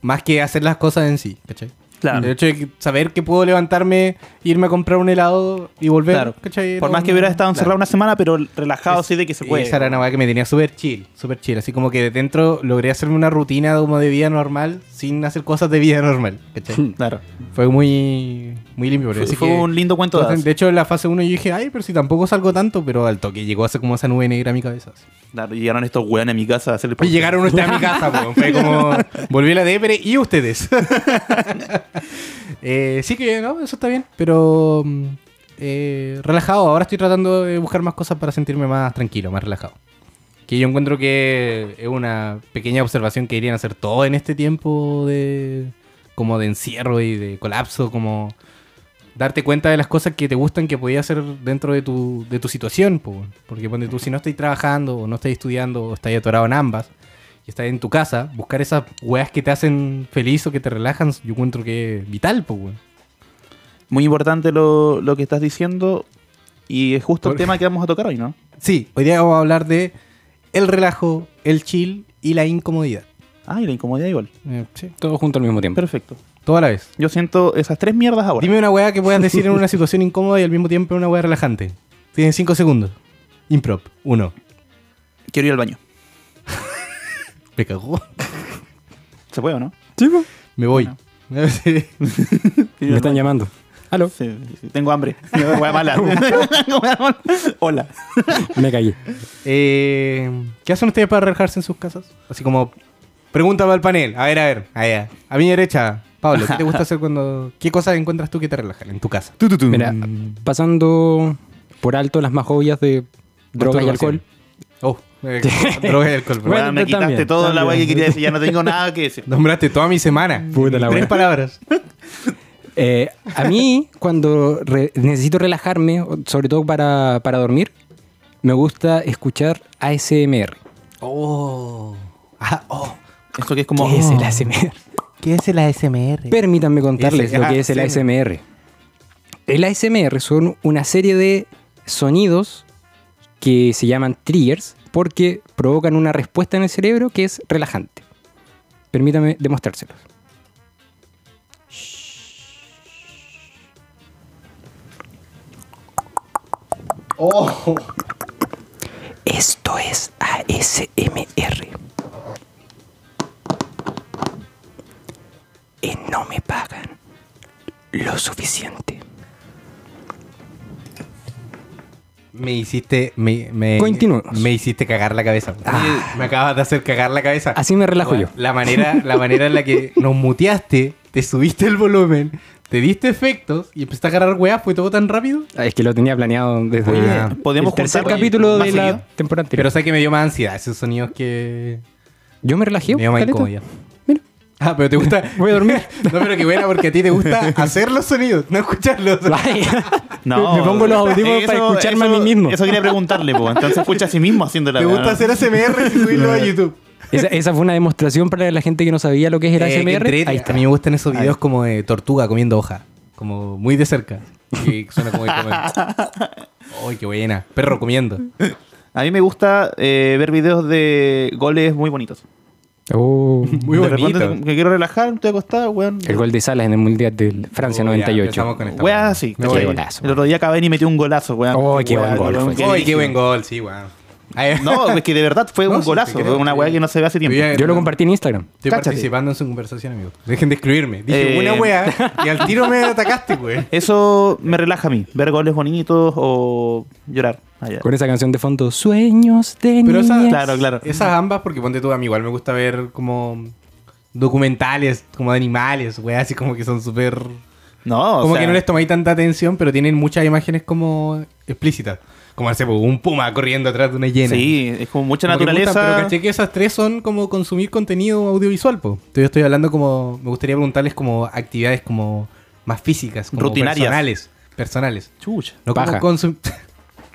Speaker 1: Más que hacer las cosas en sí, ¿cachai?
Speaker 2: Claro.
Speaker 1: El hecho de que- saber que puedo levantarme, irme a comprar un helado y volver,
Speaker 2: Claro.
Speaker 1: ¿cachai?
Speaker 2: Por
Speaker 1: No,
Speaker 2: más que hubiera estado
Speaker 1: claro.
Speaker 2: encerrado una semana, pero relajado así de que se puede.
Speaker 1: Esa era una weá que me tenía súper chill, súper chill. Así como que de dentro logré hacerme una rutina como de vida normal sin hacer cosas de vida normal, ¿cachai?
Speaker 2: Claro.
Speaker 1: Fue muy, muy limpio. pero
Speaker 2: Hmm. Fue,
Speaker 1: así
Speaker 2: fue
Speaker 1: que-
Speaker 2: un lindo cuento de
Speaker 1: entonces,
Speaker 2: hadas.
Speaker 1: de hecho, en la fase 1 yo dije, ay, pero si tampoco salgo tanto, pero al toque llegó a ser como esa nube negra a mi cabeza. así.
Speaker 2: Claro, y llegaron estos weones a mi casa a hacer el
Speaker 1: Y llegaron ustedes a mi casa, po. fue como volví a la depre y ustedes. Eh, sí que no, eso está bien, pero mm, eh, relajado. Ahora estoy tratando de buscar más cosas para sentirme más tranquilo, más relajado. Que yo encuentro que es una pequeña observación que irían a hacer todo en este tiempo de como de encierro y de colapso, como darte cuenta de las cosas que te gustan que podías hacer dentro de tu, de tu situación. po. Porque ponte tú, si no estáis trabajando o no estáis estudiando o estáis atorado en ambas y estáis en tu casa, buscar esas weas que te hacen feliz o que te relajan, yo encuentro que es vital, po, weón.
Speaker 2: Muy importante lo, lo que estás diciendo. Y es justo el
Speaker 1: Por-
Speaker 2: tema que vamos a tocar hoy, ¿no?
Speaker 1: Sí, hoy día vamos a hablar de el relajo, el chill y la incomodidad.
Speaker 2: Ah, y la incomodidad igual.
Speaker 1: Eh, sí,
Speaker 3: Todo junto al mismo tiempo.
Speaker 2: Perfecto.
Speaker 1: toda la vez.
Speaker 2: Yo siento esas tres mierdas ahora.
Speaker 1: Mm. Dime una wea que puedas decir en una situación incómoda y al mismo tiempo en una wea relajante. Tienes 5 segundos. Improp, 1.
Speaker 2: Quiero ir al baño.
Speaker 1: Me cagó.
Speaker 2: ¿Se puede o no?
Speaker 1: Me voy. Sí.
Speaker 3: Me están llamando. Aló,
Speaker 2: Sí, sí, tengo hambre. Hueá mala. Hueá mala. Hola.
Speaker 3: me caí.
Speaker 1: Eh, ¿Qué hacen ustedes para relajarse en sus casas? Así como, pregunta para el panel. A ver, a ver. allá. A mi derecha, Pablo, ¿qué te gusta hacer cuando.? ¿Qué cosas encuentras tú que te relajan en tu casa?
Speaker 3: Mira, pasando por alto las más obvias de droga y
Speaker 1: Masturbación.
Speaker 3: alcohol.
Speaker 1: Oh, eh, droga y alcohol.
Speaker 3: Bueno,
Speaker 2: Hueá, me
Speaker 3: pero
Speaker 2: quitaste
Speaker 3: también,
Speaker 2: todo la hueá que
Speaker 3: también.
Speaker 2: quería decir. Ya no tengo nada que decir.
Speaker 1: Nombraste toda mi semana.
Speaker 3: Puta la
Speaker 1: Tres
Speaker 3: wea.
Speaker 1: palabras.
Speaker 3: Eh, a mí, cuando re- necesito relajarme, o- sobre todo para, para dormir, me gusta escuchar ASMR. Oh. Ah, oh.
Speaker 2: Esto que es como. "Oh".
Speaker 3: ¿Qué es el ASMR?
Speaker 5: "Oh". ¿Qué es el ASMR?
Speaker 3: Permítanme contarles
Speaker 2: Ese
Speaker 3: lo que es el ASMR. El ASMR son una serie de sonidos que se llaman triggers porque provocan una respuesta en el cerebro que es relajante. Permítame demostrárselos.
Speaker 1: Oh.
Speaker 3: Esto es ASMR. Y no me pagan lo suficiente.
Speaker 1: Me hiciste. Me, me,
Speaker 3: Continuemos.
Speaker 1: me hiciste cagar la cabeza.
Speaker 3: Ah.
Speaker 1: Me acabas de hacer cagar la cabeza.
Speaker 3: Así me relajo
Speaker 1: Bueno,
Speaker 3: yo.
Speaker 1: La manera, la manera en la que nos muteaste, te subiste el volumen, te diste efectos y empezaste a agarrar weas, fue todo tan rápido.
Speaker 3: Ah, es que lo tenía planeado desde
Speaker 2: Oye, ¿podemos
Speaker 3: el tercer
Speaker 2: juntar-
Speaker 3: capítulo
Speaker 2: más
Speaker 3: de la
Speaker 2: seguido?
Speaker 3: temporada anterior.
Speaker 1: Pero sé que me dio más ansiedad esos sonidos que.
Speaker 3: yo me relajé.
Speaker 1: Me dio más
Speaker 3: caleta.
Speaker 1: incomodidad.
Speaker 3: Mira,
Speaker 1: Ah, pero te gusta.
Speaker 3: voy a dormir.
Speaker 1: No, pero que buena, porque a ti te gusta hacer los sonidos, no escucharlos.
Speaker 2: No.
Speaker 3: Me pongo los audífonos para escucharme a mí mismo.
Speaker 2: Eso quería preguntarle, pues. Entonces escucha a sí mismo haciendo la
Speaker 1: Te gusta hacer ASMR y subirlo a YouTube.
Speaker 3: esa, esa fue una demostración para la gente que no sabía lo que es el
Speaker 1: Eh,
Speaker 3: ASMR.
Speaker 1: entrete.
Speaker 3: Ahí está.
Speaker 1: A mí me gustan esos videos como de tortuga comiendo hoja. Como muy de cerca. Y suena como de comer. ¡Ay, qué buena! Perro comiendo.
Speaker 2: A mí me gusta eh, ver videos de goles muy bonitos.
Speaker 3: Oh.
Speaker 1: Muy
Speaker 2: De
Speaker 1: bonito.
Speaker 2: repente Que quiero relajar, estoy acostado, weón.
Speaker 3: El gol de Salas en el Mundial de Francia
Speaker 1: Oh, ya,
Speaker 3: 98.
Speaker 1: empezamos con esta
Speaker 2: Weón,
Speaker 1: weá.
Speaker 2: sí.
Speaker 3: Me voy
Speaker 2: sí.
Speaker 3: a golazo,
Speaker 2: El otro día Cavani metió un golazo, weón.
Speaker 3: Oh, qué
Speaker 2: Weón,
Speaker 3: buen gol
Speaker 2: weón,
Speaker 3: fue.
Speaker 2: qué
Speaker 1: ¡Ay, qué
Speaker 2: brígido.
Speaker 1: buen gol! Sí, weón.
Speaker 2: No, es que de verdad fue
Speaker 1: No,
Speaker 2: un
Speaker 1: sí,
Speaker 2: golazo.
Speaker 1: te
Speaker 2: Fue
Speaker 1: creo,
Speaker 2: una
Speaker 1: te
Speaker 2: weá
Speaker 1: creo.
Speaker 2: que no se ve hace tiempo.
Speaker 1: Yo ya-
Speaker 3: Yo lo compartí en Instagram.
Speaker 1: Estoy
Speaker 2: Cáchate.
Speaker 1: participando en su conversación, amigo. Dejen de excluirme. Dije
Speaker 2: Eh.
Speaker 1: una wea y al tiro me atacaste, pues. weón.
Speaker 2: Eso me relaja a mí. Ver goles bonitos o llorar. Ah, ya.
Speaker 3: Con esa canción de fondo, Sueños de
Speaker 1: Pero esa-
Speaker 3: niñez.
Speaker 2: Claro, claro.
Speaker 1: Esas ambas, porque ponte tú, a mí igual me gusta ver como documentales, como de animales, weá, así como que son súper...
Speaker 2: No, o
Speaker 1: Como
Speaker 2: sea,
Speaker 1: que no les tomáis tanta atención, pero tienen muchas imágenes como explícitas. Como, no sé, pues, un puma corriendo atrás de una hiena.
Speaker 2: Sí, es como mucha
Speaker 1: Como que me
Speaker 2: naturaleza.
Speaker 1: gustan, pero caché que esas tres son como consumir contenido audiovisual, po. Entonces yo estoy hablando como... Me gustaría preguntarles como actividades como más físicas. Como
Speaker 2: Rutinarias.
Speaker 1: Personales. Personales.
Speaker 2: Chucha.
Speaker 1: No como
Speaker 3: Paja.
Speaker 1: consum-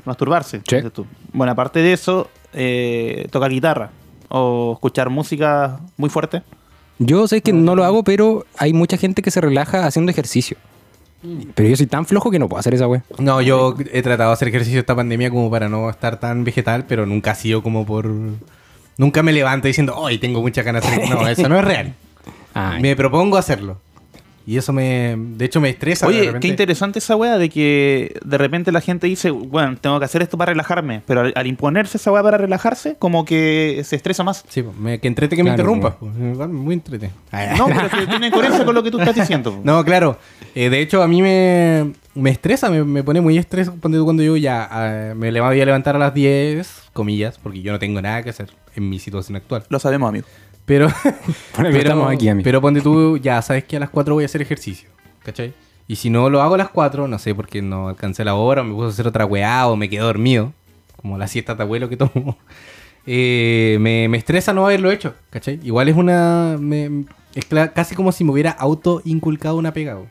Speaker 2: masturbarse.
Speaker 3: Sí.
Speaker 2: dices tú. Bueno, aparte de eso, eh, tocar guitarra o escuchar música muy fuerte.
Speaker 3: Yo sé que no lo hago, pero hay mucha gente que se relaja haciendo ejercicio. Pero yo soy tan flojo que no puedo hacer esa wea.
Speaker 1: No, yo he tratado de hacer ejercicio esta pandemia como para no estar tan vegetal, pero nunca ha sido como por... Nunca me levanto diciendo, hoy tengo muchas ganas de hacer... No, eso no es real.
Speaker 2: Ah,
Speaker 3: Ay.
Speaker 1: Me propongo hacerlo. Y eso me... De hecho, me estresa. de
Speaker 2: Oye,
Speaker 1: repente.
Speaker 2: qué interesante esa weá de que de repente la gente dice, bueno, tengo que hacer esto para relajarme, pero al, al imponerse esa weá para relajarse, como que se estresa más.
Speaker 1: Sí, po, me- que entrete que me
Speaker 3: Claro,
Speaker 1: interrumpas. po. Igual, Muy entrete. Ay,
Speaker 2: No, pero que tiene coherencia con lo que tú estás diciendo.
Speaker 1: No, claro. Eh, de hecho, a mí me, me estresa, me, me pone muy estrés ponte tú, cuando yo ya ah, me le- voy a levantar a las 10, comillas, porque yo no tengo nada que hacer en mi situación actual.
Speaker 2: Lo sabemos, amigo.
Speaker 1: Pero,
Speaker 3: pero estamos aquí, amigo.
Speaker 1: pero ponte tú, ya sabes que a las 4 voy a hacer ejercicio, ¿cachai? Y si no lo hago a las 4, no sé, porque no alcancé la hora, o me puse a hacer otra weá, o me quedé dormido, como la siesta de abuelo que tomo, eh, me, me estresa no haberlo hecho, ¿cachai? Igual es una... me- es cla- casi como si me hubiera auto-inculcado una pega, güey.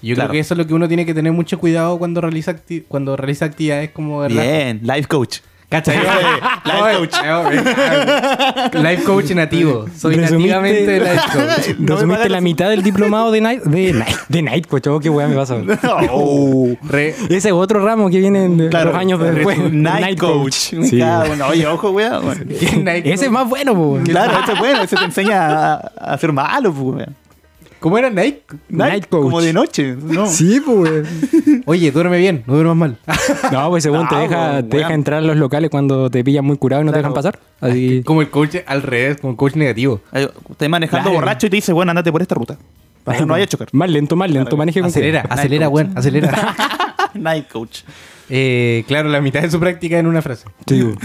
Speaker 1: Y Yo
Speaker 2: Claro.
Speaker 1: creo que eso es lo que uno tiene que tener mucho cuidado cuando realiza, acti- cuando realiza actividades como... de relajo.
Speaker 2: Bien, life coach.
Speaker 1: ¿Cachai?
Speaker 2: Life coach.
Speaker 1: Life coach nativo. Soy
Speaker 3: Resumiste-
Speaker 1: nativamente life coach.
Speaker 2: No me
Speaker 3: Resumiste
Speaker 2: pagan
Speaker 3: la
Speaker 2: los-
Speaker 3: mitad del diplomado de Night. De Night, de Night cocho, qué weá me pasa.
Speaker 2: Oh.
Speaker 1: Re-
Speaker 3: Uh, Ese es otro ramo que viene en
Speaker 2: Claro,
Speaker 3: los años
Speaker 2: es
Speaker 3: después.
Speaker 2: un Night, coach. Me
Speaker 3: Sí.
Speaker 2: cago en la- Oye, ojo, weá. bueno.
Speaker 3: Ese es más bueno, po.
Speaker 2: Claro, eso es bueno, eso te enseña a, a ser malo, pues, weón.
Speaker 1: ¿Cómo era Nike?
Speaker 3: Night coach.
Speaker 2: Como de noche, ¿no?
Speaker 3: Sí, pues.
Speaker 1: Oye, duerme bien, no duermas mal.
Speaker 3: No, pues según te
Speaker 2: No,
Speaker 3: deja,
Speaker 2: weón.
Speaker 3: te deja entrar a los locales cuando te pillan muy curado y no te dejan pasar. Así.
Speaker 1: Como el coach al revés, como el coach negativo.
Speaker 2: Ahí, Estás manejando
Speaker 3: Claro.
Speaker 2: borracho y te dice, bueno, andate por esta ruta. Para que no vaya a chocar.
Speaker 3: Más lento, más lento, maneje con
Speaker 1: Acelera,
Speaker 3: cuidado.
Speaker 1: acelera, weón, acelera.
Speaker 2: Night coach.
Speaker 1: Eh, claro, la mitad de su práctica en una frase.
Speaker 3: Sí, po.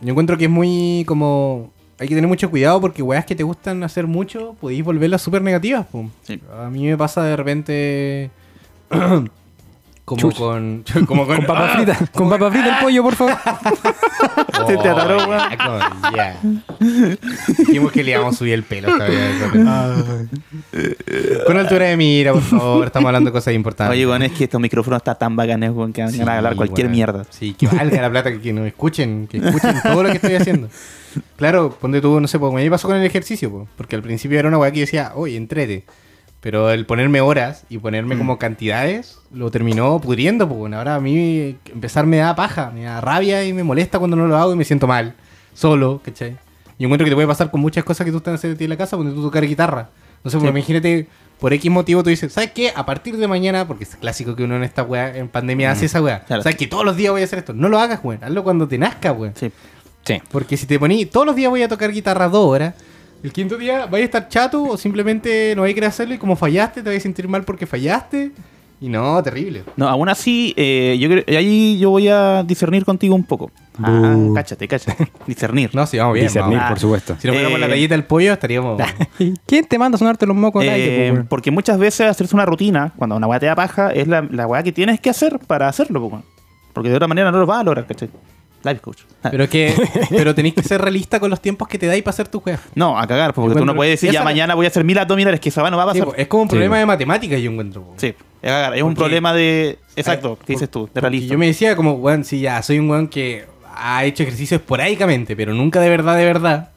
Speaker 1: Yo encuentro que es muy como. Hay que tener mucho cuidado porque weas que te gustan hacer mucho, podéis volverlas súper negativas. po.
Speaker 2: Sí.
Speaker 1: A mí me pasa de repente.
Speaker 6: Como
Speaker 3: Chucha.
Speaker 6: con. Como con.
Speaker 3: Con papa
Speaker 1: Ah.
Speaker 3: frita, con papa frita el pollo, por favor.
Speaker 2: Se te atoró,
Speaker 1: Oh,
Speaker 2: weón.
Speaker 1: ya, con- ya. Dijimos que le íbamos a subir el pelo esta vez. Con altura de mira, por favor. Estamos hablando de cosas importantes.
Speaker 2: Oye, weón, es que estos micrófonos están tan bacanes, weón, que van
Speaker 1: Sí,
Speaker 2: a hablar cualquier
Speaker 1: weón.
Speaker 2: mierda.
Speaker 1: Sí, que valga la plata, que, que nos escuchen, que escuchen todo lo que estoy haciendo. Claro, ponte tú, no sé, pues, a mí me pasó con el ejercicio, po, porque al principio era una weá que yo decía, oye, entrete. Pero el ponerme horas y ponerme como cantidades, lo terminó pudriendo, pues ahora a mí empezar me da paja, me da rabia y me molesta cuando no lo hago y me siento mal, solo, ¿cachai? Y encuentro que te puede pasar con muchas cosas que tú estás haciendo a ti en la casa cuando tú tocar guitarra. No sé, pues imagínate, por X motivo tú dices, ¿sabes qué? A partir de mañana, porque es clásico que uno en esta weá, en pandemia hace esa weá.
Speaker 2: Claro.
Speaker 1: ¿Sabes que todos los días voy a hacer esto? No lo hagas, weón. Hazlo cuando te nazca, weón.
Speaker 2: Sí.
Speaker 3: Sí.
Speaker 1: Porque si te poní, todos los días voy a tocar guitarra dos horas, el quinto día vais a estar chato o simplemente no vais a querer hacerlo y como fallaste te vais a sentir mal porque fallaste. Y no, terrible.
Speaker 2: No, aún así, eh, yo creo- ahí yo voy a discernir contigo un poco. Ah, cáchate, cáchate. Discernir.
Speaker 1: No, sí, vamos bien.
Speaker 3: Discernir,
Speaker 1: vamos.
Speaker 3: por supuesto.
Speaker 1: Si nos ponemos
Speaker 2: Eh,
Speaker 1: la galleta del pollo estaríamos...
Speaker 3: ¿Quién te manda a sonarte los mocos? al aire,
Speaker 2: Eh,
Speaker 3: po, weón?
Speaker 2: porque muchas veces hacerse una rutina, cuando una weá te da paja, es la, la weá que tienes que hacer para hacerlo, po, weón. Porque de otra manera no lo vas a lograr, ¿cachai? Life coach. Ah,
Speaker 1: pero que pero tenéis que ser realista con los tiempos que te dais para hacer tu juego.
Speaker 2: no, a cagar, porque tú
Speaker 1: Encuentro-
Speaker 2: no puedes decir, ya
Speaker 1: esa-
Speaker 2: mañana voy a hacer mil abdominales, que esa weá no va a
Speaker 1: Sí,
Speaker 2: pasar.
Speaker 1: po, es como un
Speaker 3: Sí,
Speaker 1: problema
Speaker 3: po.
Speaker 1: de matemáticas yo encuentro. po.
Speaker 2: Sí, es cagar, es un
Speaker 1: Porque-
Speaker 2: problema de. Exacto, ¿qué dices tú? De
Speaker 1: Porque
Speaker 2: realista.
Speaker 1: Yo me decía como, weón, sí, ya, soy un weón que ha hecho ejercicio esporádicamente, pero nunca de verdad, de verdad.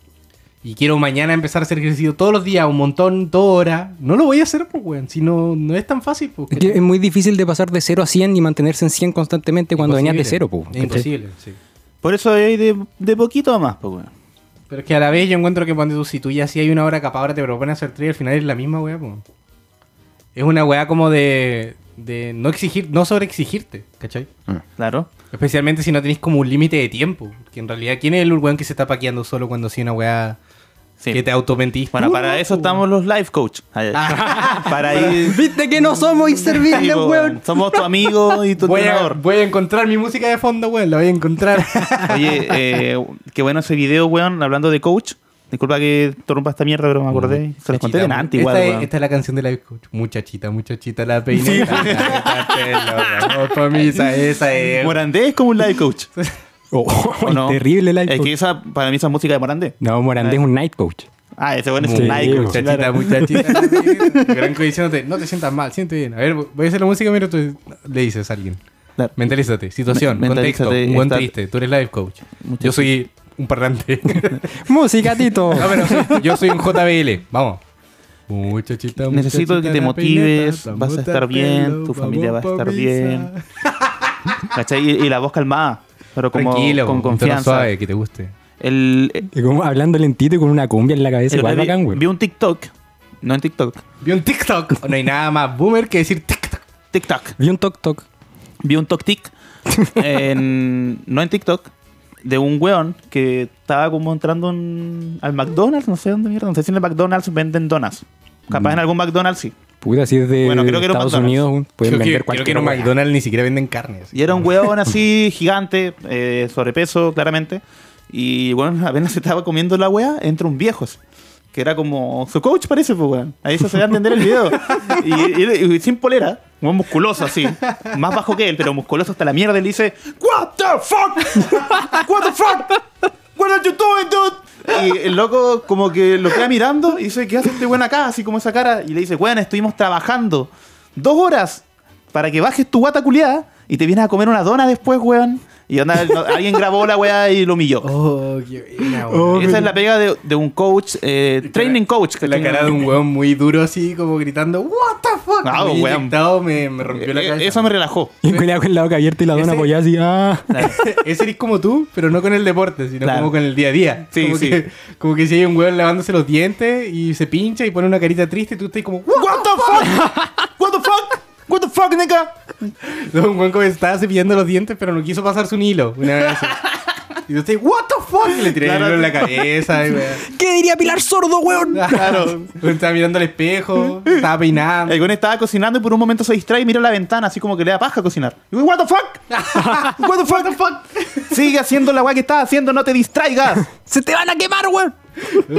Speaker 1: Y quiero mañana empezar a hacer ejercicio todos los días, un montón, dos horas. No lo voy a hacer, pues, weón. Si no, no es tan fácil, pues.
Speaker 3: Es que es muy difícil de pasar de 0 a 100 y mantenerse en 100 constantemente cuando venías de
Speaker 1: Imposible.
Speaker 3: cero, pues, po.
Speaker 1: Es imposible, sí.
Speaker 2: Por eso hay de, de poquito más, pues, weón.
Speaker 1: Pero es que a la vez yo encuentro que cuando tú, si tú ya sí hay una hora capaz, ahora te propones hacer tres, al final es la misma weá, po. Es una weá como de, de no exigir, no sobreexigirte, ¿cachai?
Speaker 2: Claro.
Speaker 1: Especialmente si no tenéis como un límite de tiempo. Que en realidad, ¿quién es el weón que se está paqueando solo cuando sí una weá
Speaker 2: Sí.
Speaker 1: que te automentís?
Speaker 2: Bueno, para eso estamos los life coach. Ay,
Speaker 1: Ah.
Speaker 2: para ir.
Speaker 3: Viste que no somos inservibles,
Speaker 2: Tipo,
Speaker 3: weón.
Speaker 2: Somos tu amigo y tu
Speaker 1: Voy a,
Speaker 2: entrenador.
Speaker 1: voy a encontrar mi música de fondo, weón. La voy a encontrar.
Speaker 2: Oye, eh, qué bueno ese video, weón, hablando de coach. Disculpa que interrumpa esta mierda, pero me acordé. Se los conté
Speaker 1: Muchachita,
Speaker 2: en antes igual,
Speaker 1: esta, es,
Speaker 2: weón.
Speaker 1: esta es la canción de la coach. Muchachita, muchachita, la peineta. Para mí, esa, esa es.
Speaker 2: Morandé es como un life coach. ¿o no?
Speaker 3: Oh, Terrible life
Speaker 2: Es
Speaker 3: coach.
Speaker 2: que esa, para mí, esa es música de Morandé.
Speaker 3: No, Morandé es un night coach.
Speaker 2: Ah, ese weón es
Speaker 3: Sí,
Speaker 2: un life coach.
Speaker 1: Muchachita,
Speaker 2: claro.
Speaker 1: muchachita. la peineta. Gran diciéndote, no te sientas mal, siente bien. A ver, voy a hacer la música, mira, tú le dices a alguien.
Speaker 2: Claro.
Speaker 1: Mentalízate, situación,
Speaker 2: Me- mentalízate,
Speaker 1: contexto, un buen
Speaker 2: está-
Speaker 1: triste, tú eres life coach. Yo soy un parlante.
Speaker 3: Música, Tito.
Speaker 1: No, pero soy- yo soy un JBL. Vamos. Muchachita,
Speaker 2: Necesito
Speaker 1: muchachita,
Speaker 2: que te
Speaker 1: la
Speaker 2: motives,
Speaker 1: peineta,
Speaker 2: vas a
Speaker 1: vamos
Speaker 2: estar
Speaker 1: al
Speaker 2: bien,
Speaker 1: pelo,
Speaker 2: tu familia
Speaker 1: vamos
Speaker 2: va a
Speaker 1: pa'
Speaker 2: estar
Speaker 1: misa.
Speaker 2: bien. ¿Cachai? Y, y la voz calmada, pero como
Speaker 1: Tranquilo,
Speaker 2: con
Speaker 1: un tono
Speaker 2: confianza.
Speaker 1: suave, que te guste.
Speaker 2: El,
Speaker 3: Y como hablando lentito y con una cumbia en la cabeza,
Speaker 2: el-
Speaker 3: igual
Speaker 2: vi,
Speaker 3: bacán, weón.
Speaker 2: vi un TikTok, no en TikTok,
Speaker 1: Vi un TikTok. No hay nada más boomer que decir TikTok.
Speaker 2: TikTok,
Speaker 3: Vi un toc toc.
Speaker 2: vi un TokTik, en, no en TikTok, de un weón que estaba como entrando en- al McDonald's, no sé dónde mierda, no sé si en el McDonald's venden donuts. Capaz en algún McDonald's sí.
Speaker 3: Puta, si es de
Speaker 2: Bueno, creo que era un
Speaker 3: Estados
Speaker 2: McDonald's.
Speaker 3: Unidos, pueden
Speaker 1: Creo que-
Speaker 3: vender
Speaker 1: creo que
Speaker 3: cualquier
Speaker 1: en un
Speaker 3: weá.
Speaker 1: McDonald's ni siquiera venden carnes.
Speaker 2: Y era un huevón así, gigante, eh, sobrepeso, claramente. Y bueno, apenas se estaba comiendo la wea, entra un viejo. así, Que era como su coach, parece, pues, weón. Ahí se da a entender el video. Y, y- y sin polera, un hueón musculoso así. Más bajo que él, pero musculoso hasta la mierda. Y le dice: ¿What the fuck? ¿What the fuck? ¿What are you doing, dude? Y el loco, como que lo queda mirando y dice: ¿Qué hace este weón acá? Así como esa cara. Y le dice: Weón, estuvimos trabajando dos horas para que bajes tu guata culiada y te vienes a comer una dona después, weón. Y onda, no- alguien grabó la weá y lo humilló.
Speaker 1: Oh, qué buena,
Speaker 3: Oh,
Speaker 2: Esa es la pega de, de un coach, eh, training coach. Eh, que
Speaker 1: La cara de un weón muy duro así, como gritando, ¿What the fuck?
Speaker 2: Ah,
Speaker 1: Muy
Speaker 2: weón. Eh,
Speaker 1: inyectado, me, me rompió la cabeza.
Speaker 2: Eso me relajó.
Speaker 3: Y cuidado con la boca abierta y la dona
Speaker 1: Ese-
Speaker 3: apoyada así. Ah.
Speaker 1: Ese eres como tú, pero no con el deporte, sino
Speaker 2: Claro.
Speaker 1: como con el día a día.
Speaker 2: Sí,
Speaker 1: como,
Speaker 2: sí.
Speaker 1: Que, como que si hay un weón lavándose los dientes y se pincha y pone una carita triste, y tú estás como, ¿What, the fuck? ¿What the fuck? ¿What the fuck, nigga? No, un weón como que estaba cepillando los dientes, pero no quiso pasarse un hilo. Una vez así. Y tú estás, ¿What the fuck? Y le tiré
Speaker 2: Claro.
Speaker 1: el hilo en la cabeza. Y, weón.
Speaker 3: ¿Qué diría Pilar Sordo, weón?
Speaker 1: Claro. Estaba mirando al espejo, estaba peinando.
Speaker 2: El weón estaba cocinando y por un momento se distrae y mira la ventana, así como que le da paja a cocinar. Y weón, ¿What the fuck? ¿What the fuck? Sigue haciendo la weá que estás haciendo, no te distraigas.
Speaker 3: ¡Se te van a quemar, weón!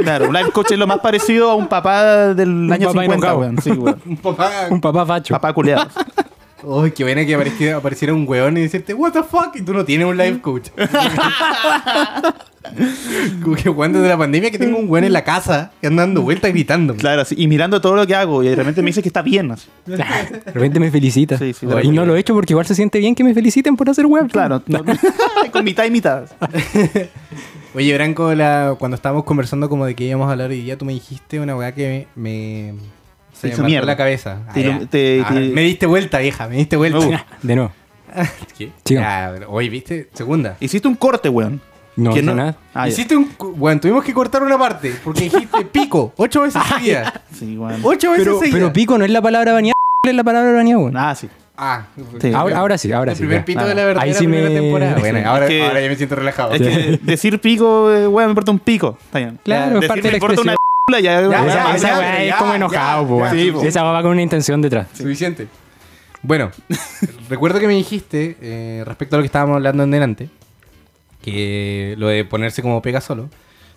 Speaker 2: Claro, un life coach es lo más parecido a un papá del año 50,
Speaker 3: papá enojado.
Speaker 2: weón. Sí, weón.
Speaker 1: Un papá
Speaker 3: Un papá facho.
Speaker 2: Papá culeado.
Speaker 1: Uy, qué buena que apareciera, apareciera un weón y decirte, what the fuck, y tú no tienes un life coach. Como que weón, desde la pandemia que tengo un weón en la casa que anda dando vueltas gritando.
Speaker 2: Claro, así, y mirando todo lo que hago, y de repente me dice que está bien. así.
Speaker 3: De repente me felicita.
Speaker 2: Sí, sí, de
Speaker 3: y
Speaker 2: repente.
Speaker 3: no lo he hecho porque igual se siente bien que me feliciten por hacer web.
Speaker 2: Claro, no- con mitad y mitad.
Speaker 1: Oye, Branco, la- cuando estábamos conversando como de que íbamos a hablar y ya tú me dijiste una weá que me... me- se me
Speaker 2: hizo
Speaker 1: mató
Speaker 2: mierda.
Speaker 1: la cabeza.
Speaker 2: Te
Speaker 1: Ah,
Speaker 2: ilu-
Speaker 1: ya.
Speaker 2: te-
Speaker 1: Ah,
Speaker 2: te-
Speaker 1: Me diste vuelta, vieja, me diste vuelta.
Speaker 2: Uh.
Speaker 3: De nuevo.
Speaker 1: ¿Qué?
Speaker 3: Siga.
Speaker 1: Ya, hoy, ¿viste? Segunda.
Speaker 2: Hiciste un corte, weón.
Speaker 3: No,
Speaker 2: Que
Speaker 3: hice nada.
Speaker 2: Ah, ya.
Speaker 1: Hiciste un... cu- Weón, tuvimos que cortar una parte porque dijiste pico, ocho veces
Speaker 2: Ah,
Speaker 1: seguidas.
Speaker 2: Sí, weón.
Speaker 1: Ocho veces
Speaker 3: Pero,
Speaker 1: seguidas.
Speaker 3: pero pico no es la palabra banear, es la palabra banear, weón.
Speaker 2: Ah, sí.
Speaker 1: Ah,
Speaker 2: Sí.
Speaker 3: Ahora, ahora sí, ahora
Speaker 1: el
Speaker 3: sí.
Speaker 1: primer
Speaker 3: ya.
Speaker 1: pito
Speaker 2: Ah,
Speaker 1: de la verdadera
Speaker 3: ahí sí
Speaker 1: primera
Speaker 3: me-
Speaker 1: temporada. Bueno,
Speaker 3: sí.
Speaker 1: ahora,
Speaker 2: Es que-
Speaker 1: ahora ya me siento relajado.
Speaker 2: Es que decir pico, eh, weón, me importa un pico. Está bien.
Speaker 3: Claro,
Speaker 1: eh,
Speaker 2: Decir
Speaker 3: es parte de
Speaker 2: me
Speaker 3: la
Speaker 2: importa una
Speaker 3: expresión.
Speaker 2: p***, ya,
Speaker 3: Ya,
Speaker 2: weón,
Speaker 3: esa-
Speaker 2: ya,
Speaker 1: ya,
Speaker 3: esa
Speaker 1: ya,
Speaker 3: weá es
Speaker 1: ya,
Speaker 3: como
Speaker 1: ya,
Speaker 3: enojado,
Speaker 1: ya,
Speaker 3: po.
Speaker 1: sí, po.
Speaker 3: Esa weá va con una intención detrás.
Speaker 1: Suficiente. Bueno, recuerdo que me dijiste, eh, respecto a lo que estábamos hablando en delante, que lo de ponerse como pega solo,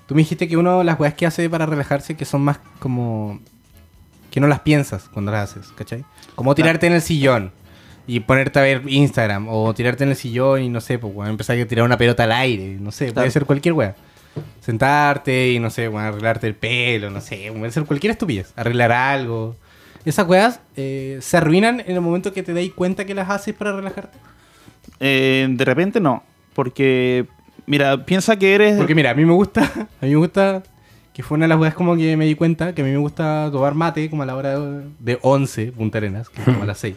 Speaker 1: tú me dijiste que uno de las weas que hace para relajarse que son más como... que no las piensas cuando las haces, ¿cachai? Como tirarte en el sillón y ponerte a ver Instagram, o tirarte en el sillón y no sé, pues weón, empezar a tirar una pelota al aire, no sé, puede
Speaker 2: Claro.
Speaker 1: ser cualquier wea. Sentarte y no sé, weón, arreglarte el pelo, no sé, puede ser cualquier estupidez, arreglar algo. Esas weas eh, se arruinan en el momento que te dais cuenta que las haces para relajarte.
Speaker 2: Eh, de repente no. Porque, mira, piensa que eres.
Speaker 1: Porque mira, a mí me gusta, a mí me gusta, que fue una de las weas como que me di cuenta, que a mí me gusta tomar mate como a la hora de, de 11, Punta Arenas, que es como a las 6.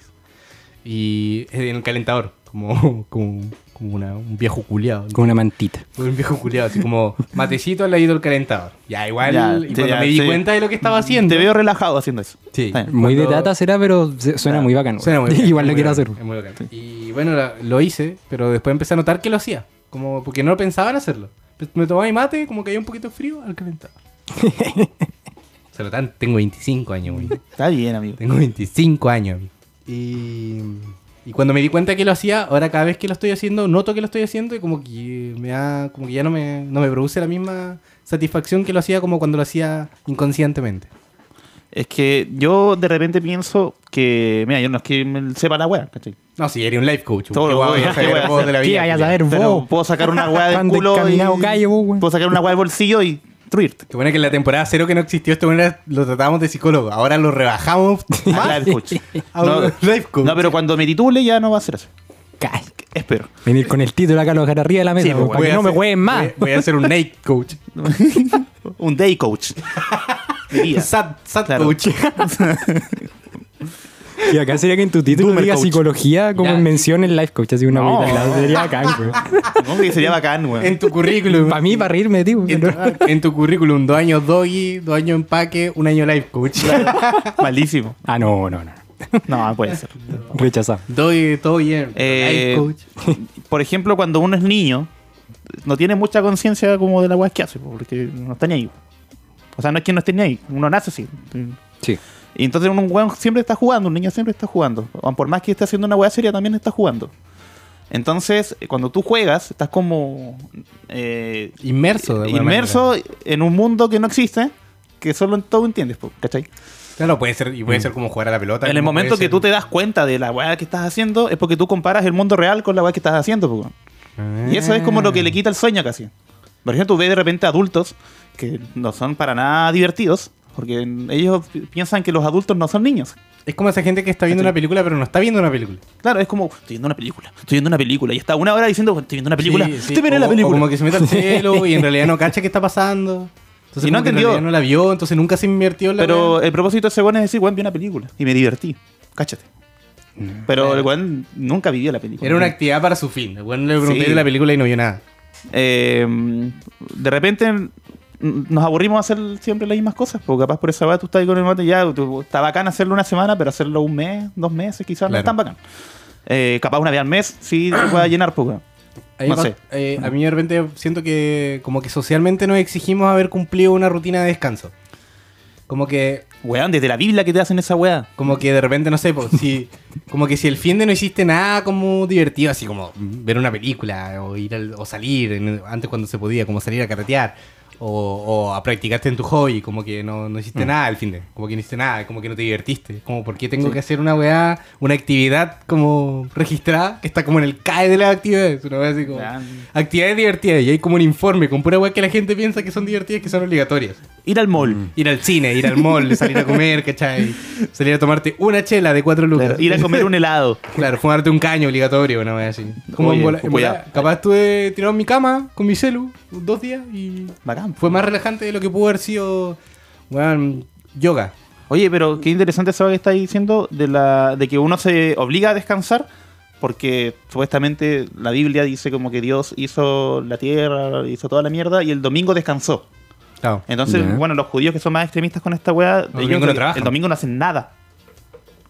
Speaker 1: Y en el calentador, como, como, como una- un viejo culiado.
Speaker 3: Con una mantita.
Speaker 1: Fue un viejo culiado, así como matecito al ladito del calentador. Ya, igual,
Speaker 2: Ya,
Speaker 1: y
Speaker 2: te-
Speaker 1: cuando
Speaker 2: ya,
Speaker 1: me di
Speaker 2: sí.
Speaker 1: cuenta de lo que estaba haciendo.
Speaker 2: Te veo relajado haciendo eso.
Speaker 1: Sí.
Speaker 2: Está bien.
Speaker 3: Muy de
Speaker 1: Cuando-
Speaker 3: tata será, pero se- suena muy bacán. weón.
Speaker 1: Suena muy bien,
Speaker 3: Igual
Speaker 1: es
Speaker 3: lo
Speaker 1: muy
Speaker 3: quiero hacer.
Speaker 1: bacán, es muy bacán. Y bueno, la- lo hice, pero después empecé a notar que lo hacía. Como porque no pensaba en hacerlo. Pues, Me tomaba mi mate, como que había un poquito de frío al calentar. Se lo tan, tengo 25 años, güey.
Speaker 2: Está bien, amigo.
Speaker 1: Tengo 25 años. Y, y cuando me di cuenta que lo hacía, ahora cada vez que lo estoy haciendo, noto que lo estoy haciendo y como que me da, como que ya no me, no me produce la misma satisfacción que lo hacía como cuando lo hacía inconscientemente.
Speaker 2: Es que yo de repente pienso que, mira, yo no es que me sepa la weá, ¿cachai?
Speaker 1: No, sí, era un life coach.
Speaker 2: Todo
Speaker 1: qué
Speaker 2: lo
Speaker 1: guau,
Speaker 2: voy a
Speaker 1: ya
Speaker 2: hacer,
Speaker 1: sabía
Speaker 2: voy a
Speaker 1: vos
Speaker 2: hacer.
Speaker 1: de la vida,
Speaker 3: ¿Qué vayas a
Speaker 1: culiao.
Speaker 3: ver
Speaker 2: Pero
Speaker 3: vos?
Speaker 2: puedo sacar una weá del
Speaker 3: Tan
Speaker 2: culo y...
Speaker 3: descaminado calle vos, weón.
Speaker 2: Puedo sacar una weá del bolsillo y truirte.
Speaker 1: Qué bueno que en la temporada cero que no existió, este bueno era- lo tratábamos de psicólogo. Ahora lo rebajamos
Speaker 2: A
Speaker 1: más
Speaker 2: life Ah, coach.
Speaker 1: a un
Speaker 2: No,
Speaker 1: life coach.
Speaker 2: no, pero cuando me titule ya no va a ser eso.
Speaker 3: Calla.
Speaker 2: Espero.
Speaker 3: Venir con el título acá, lo dejar arriba de la mesa.
Speaker 1: Sí,
Speaker 3: weón,
Speaker 1: pues, voy
Speaker 3: para que
Speaker 1: a
Speaker 3: no me
Speaker 1: hacer-
Speaker 3: jueguen más.
Speaker 1: Voy, voy a hacer un night coach.
Speaker 2: Un day coach. Diría.
Speaker 1: Sad, sad
Speaker 2: Claro.
Speaker 1: coach.
Speaker 3: Y acá sería que en tu título
Speaker 2: Doomer
Speaker 3: diga
Speaker 2: coach.
Speaker 3: psicología como en mención en life coach. Así una
Speaker 2: No.
Speaker 3: weá. La sería bacán, weón.
Speaker 2: No, que sería bacán,
Speaker 1: en
Speaker 2: weón.
Speaker 1: tu currículum.
Speaker 3: Para mí, para reírme de ti, weón.
Speaker 1: En tu, en tu currículum, dos años doggy, dos años empaque, un año life coach.
Speaker 2: Malísimo.
Speaker 3: Ah, no, no, no.
Speaker 2: No, puede ser.
Speaker 3: Rechazado.
Speaker 1: Doggy, todo bien. life
Speaker 2: Eh,
Speaker 1: coach.
Speaker 2: Por ejemplo, cuando uno es niño, no tiene mucha conciencia como de la weá que hace, porque no está ni ahí. O sea, no es que no esté ni ahí, uno nace así.
Speaker 3: Sí.
Speaker 2: Y entonces un weón siempre está jugando, un niño siempre está jugando. Aun Por más que esté haciendo una weá seria, también está jugando. Entonces, eh, cuando tú juegas, estás como eh,
Speaker 1: Inmerso. de alguna
Speaker 2: inmerso
Speaker 1: manera.
Speaker 2: en un mundo que no existe, que solo todo entiendes, po, ¿cachai?
Speaker 1: Claro, puede ser, y puede ser como jugar a la pelota.
Speaker 2: En el
Speaker 1: como puede
Speaker 2: momento que
Speaker 1: ser-
Speaker 2: tú te das cuenta de la weá que estás haciendo, es porque tú comparas el mundo real con la weá que estás haciendo, po, weón. Y eso es como lo que
Speaker 1: Ah.
Speaker 2: le quita el sueño casi. Por ejemplo, tú ves de repente adultos que no son para nada divertidos, porque ellos pi- piensan que los adultos no son niños.
Speaker 1: Es como esa gente que está viendo una película, pero no está viendo una película.
Speaker 2: Claro, es como, estoy viendo una película, estoy viendo una película, y está una hora diciendo, estoy viendo una película,
Speaker 1: Sí, sí.
Speaker 2: estoy viendo
Speaker 1: O-
Speaker 2: la
Speaker 1: o
Speaker 2: película.
Speaker 1: como que se mete al cielo y en realidad no cacha qué está pasando. Entonces,
Speaker 2: Y no
Speaker 1: como que en
Speaker 2: entendió.
Speaker 1: realidad no la vio, entonces nunca se invirtió en la
Speaker 2: Pero
Speaker 1: wea.
Speaker 2: el propósito de ese weón es decir, weón, vi una película, y me divertí, cáchate. Pero el weón nunca vivió la película.
Speaker 1: Mm. Era una actividad para su fin. Bueno, le pregunté
Speaker 2: Sí.
Speaker 1: de la película y no vio nada.
Speaker 2: Eh, de repente n- nos aburrimos de hacer siempre las mismas cosas, porque capaz por esa va tú estás ahí con el mate ya, tú- está bacán hacerlo una semana, pero hacerlo un mes, dos meses, quizás no
Speaker 1: Claro.
Speaker 2: es tan bacán. Eh, capaz una vez al mes sí te pueda llenar, porque
Speaker 1: Ahí
Speaker 2: No
Speaker 1: va-
Speaker 2: sé.
Speaker 1: eh, a mí de repente siento que como que socialmente nos exigimos haber cumplido una rutina de descanso. Como que
Speaker 2: weón, desde la Biblia que te hacen esa weá.
Speaker 1: Como que de repente, no sé, po, si, como que si el fin de no hiciste nada como divertido, así como ver una película o ir al- o salir, en- antes cuando se podía, como salir a carretear, O, o a practicarte en tu hobby, como que no, no hiciste nada al fin de. Como que no hiciste nada, como que no te divertiste. Como, ¿por qué tengo que hacer una weá, una actividad como registrada que está como en el CAE de las actividades? Una weá así como.
Speaker 2: Ya.
Speaker 1: Actividades divertidas. Y hay como un informe con pura weá que la gente piensa que son divertidas que son obligatorias.
Speaker 2: Ir al mall.
Speaker 1: Ir al cine, ir al mall, salir a comer, ¿cachai? Salir a tomarte una chela de cuatro lucas.
Speaker 2: Claro, ir a comer un helado.
Speaker 1: Claro, fumarte un caño obligatorio, una vez así. Como
Speaker 2: Oye,
Speaker 1: en
Speaker 3: pues,
Speaker 1: bola- en
Speaker 2: cuidado.
Speaker 1: bola- capaz estuve tirado en mi cama con mi celu dos días y
Speaker 2: Bacán.
Speaker 1: fue más relajante de lo que pudo haber sido, weón, yoga.
Speaker 2: Oye, pero qué interesante eso que está diciendo de, la, de que uno se obliga a descansar porque supuestamente la Biblia dice como que Dios hizo la tierra, hizo toda la mierda y el domingo descansó.
Speaker 1: Claro.
Speaker 3: Eh,
Speaker 2: Entonces,
Speaker 3: Ya.
Speaker 2: bueno, los judíos que son más extremistas con esta weá, ellos
Speaker 1: domingo no
Speaker 2: el-
Speaker 1: trabajan.
Speaker 2: el domingo no hacen nada.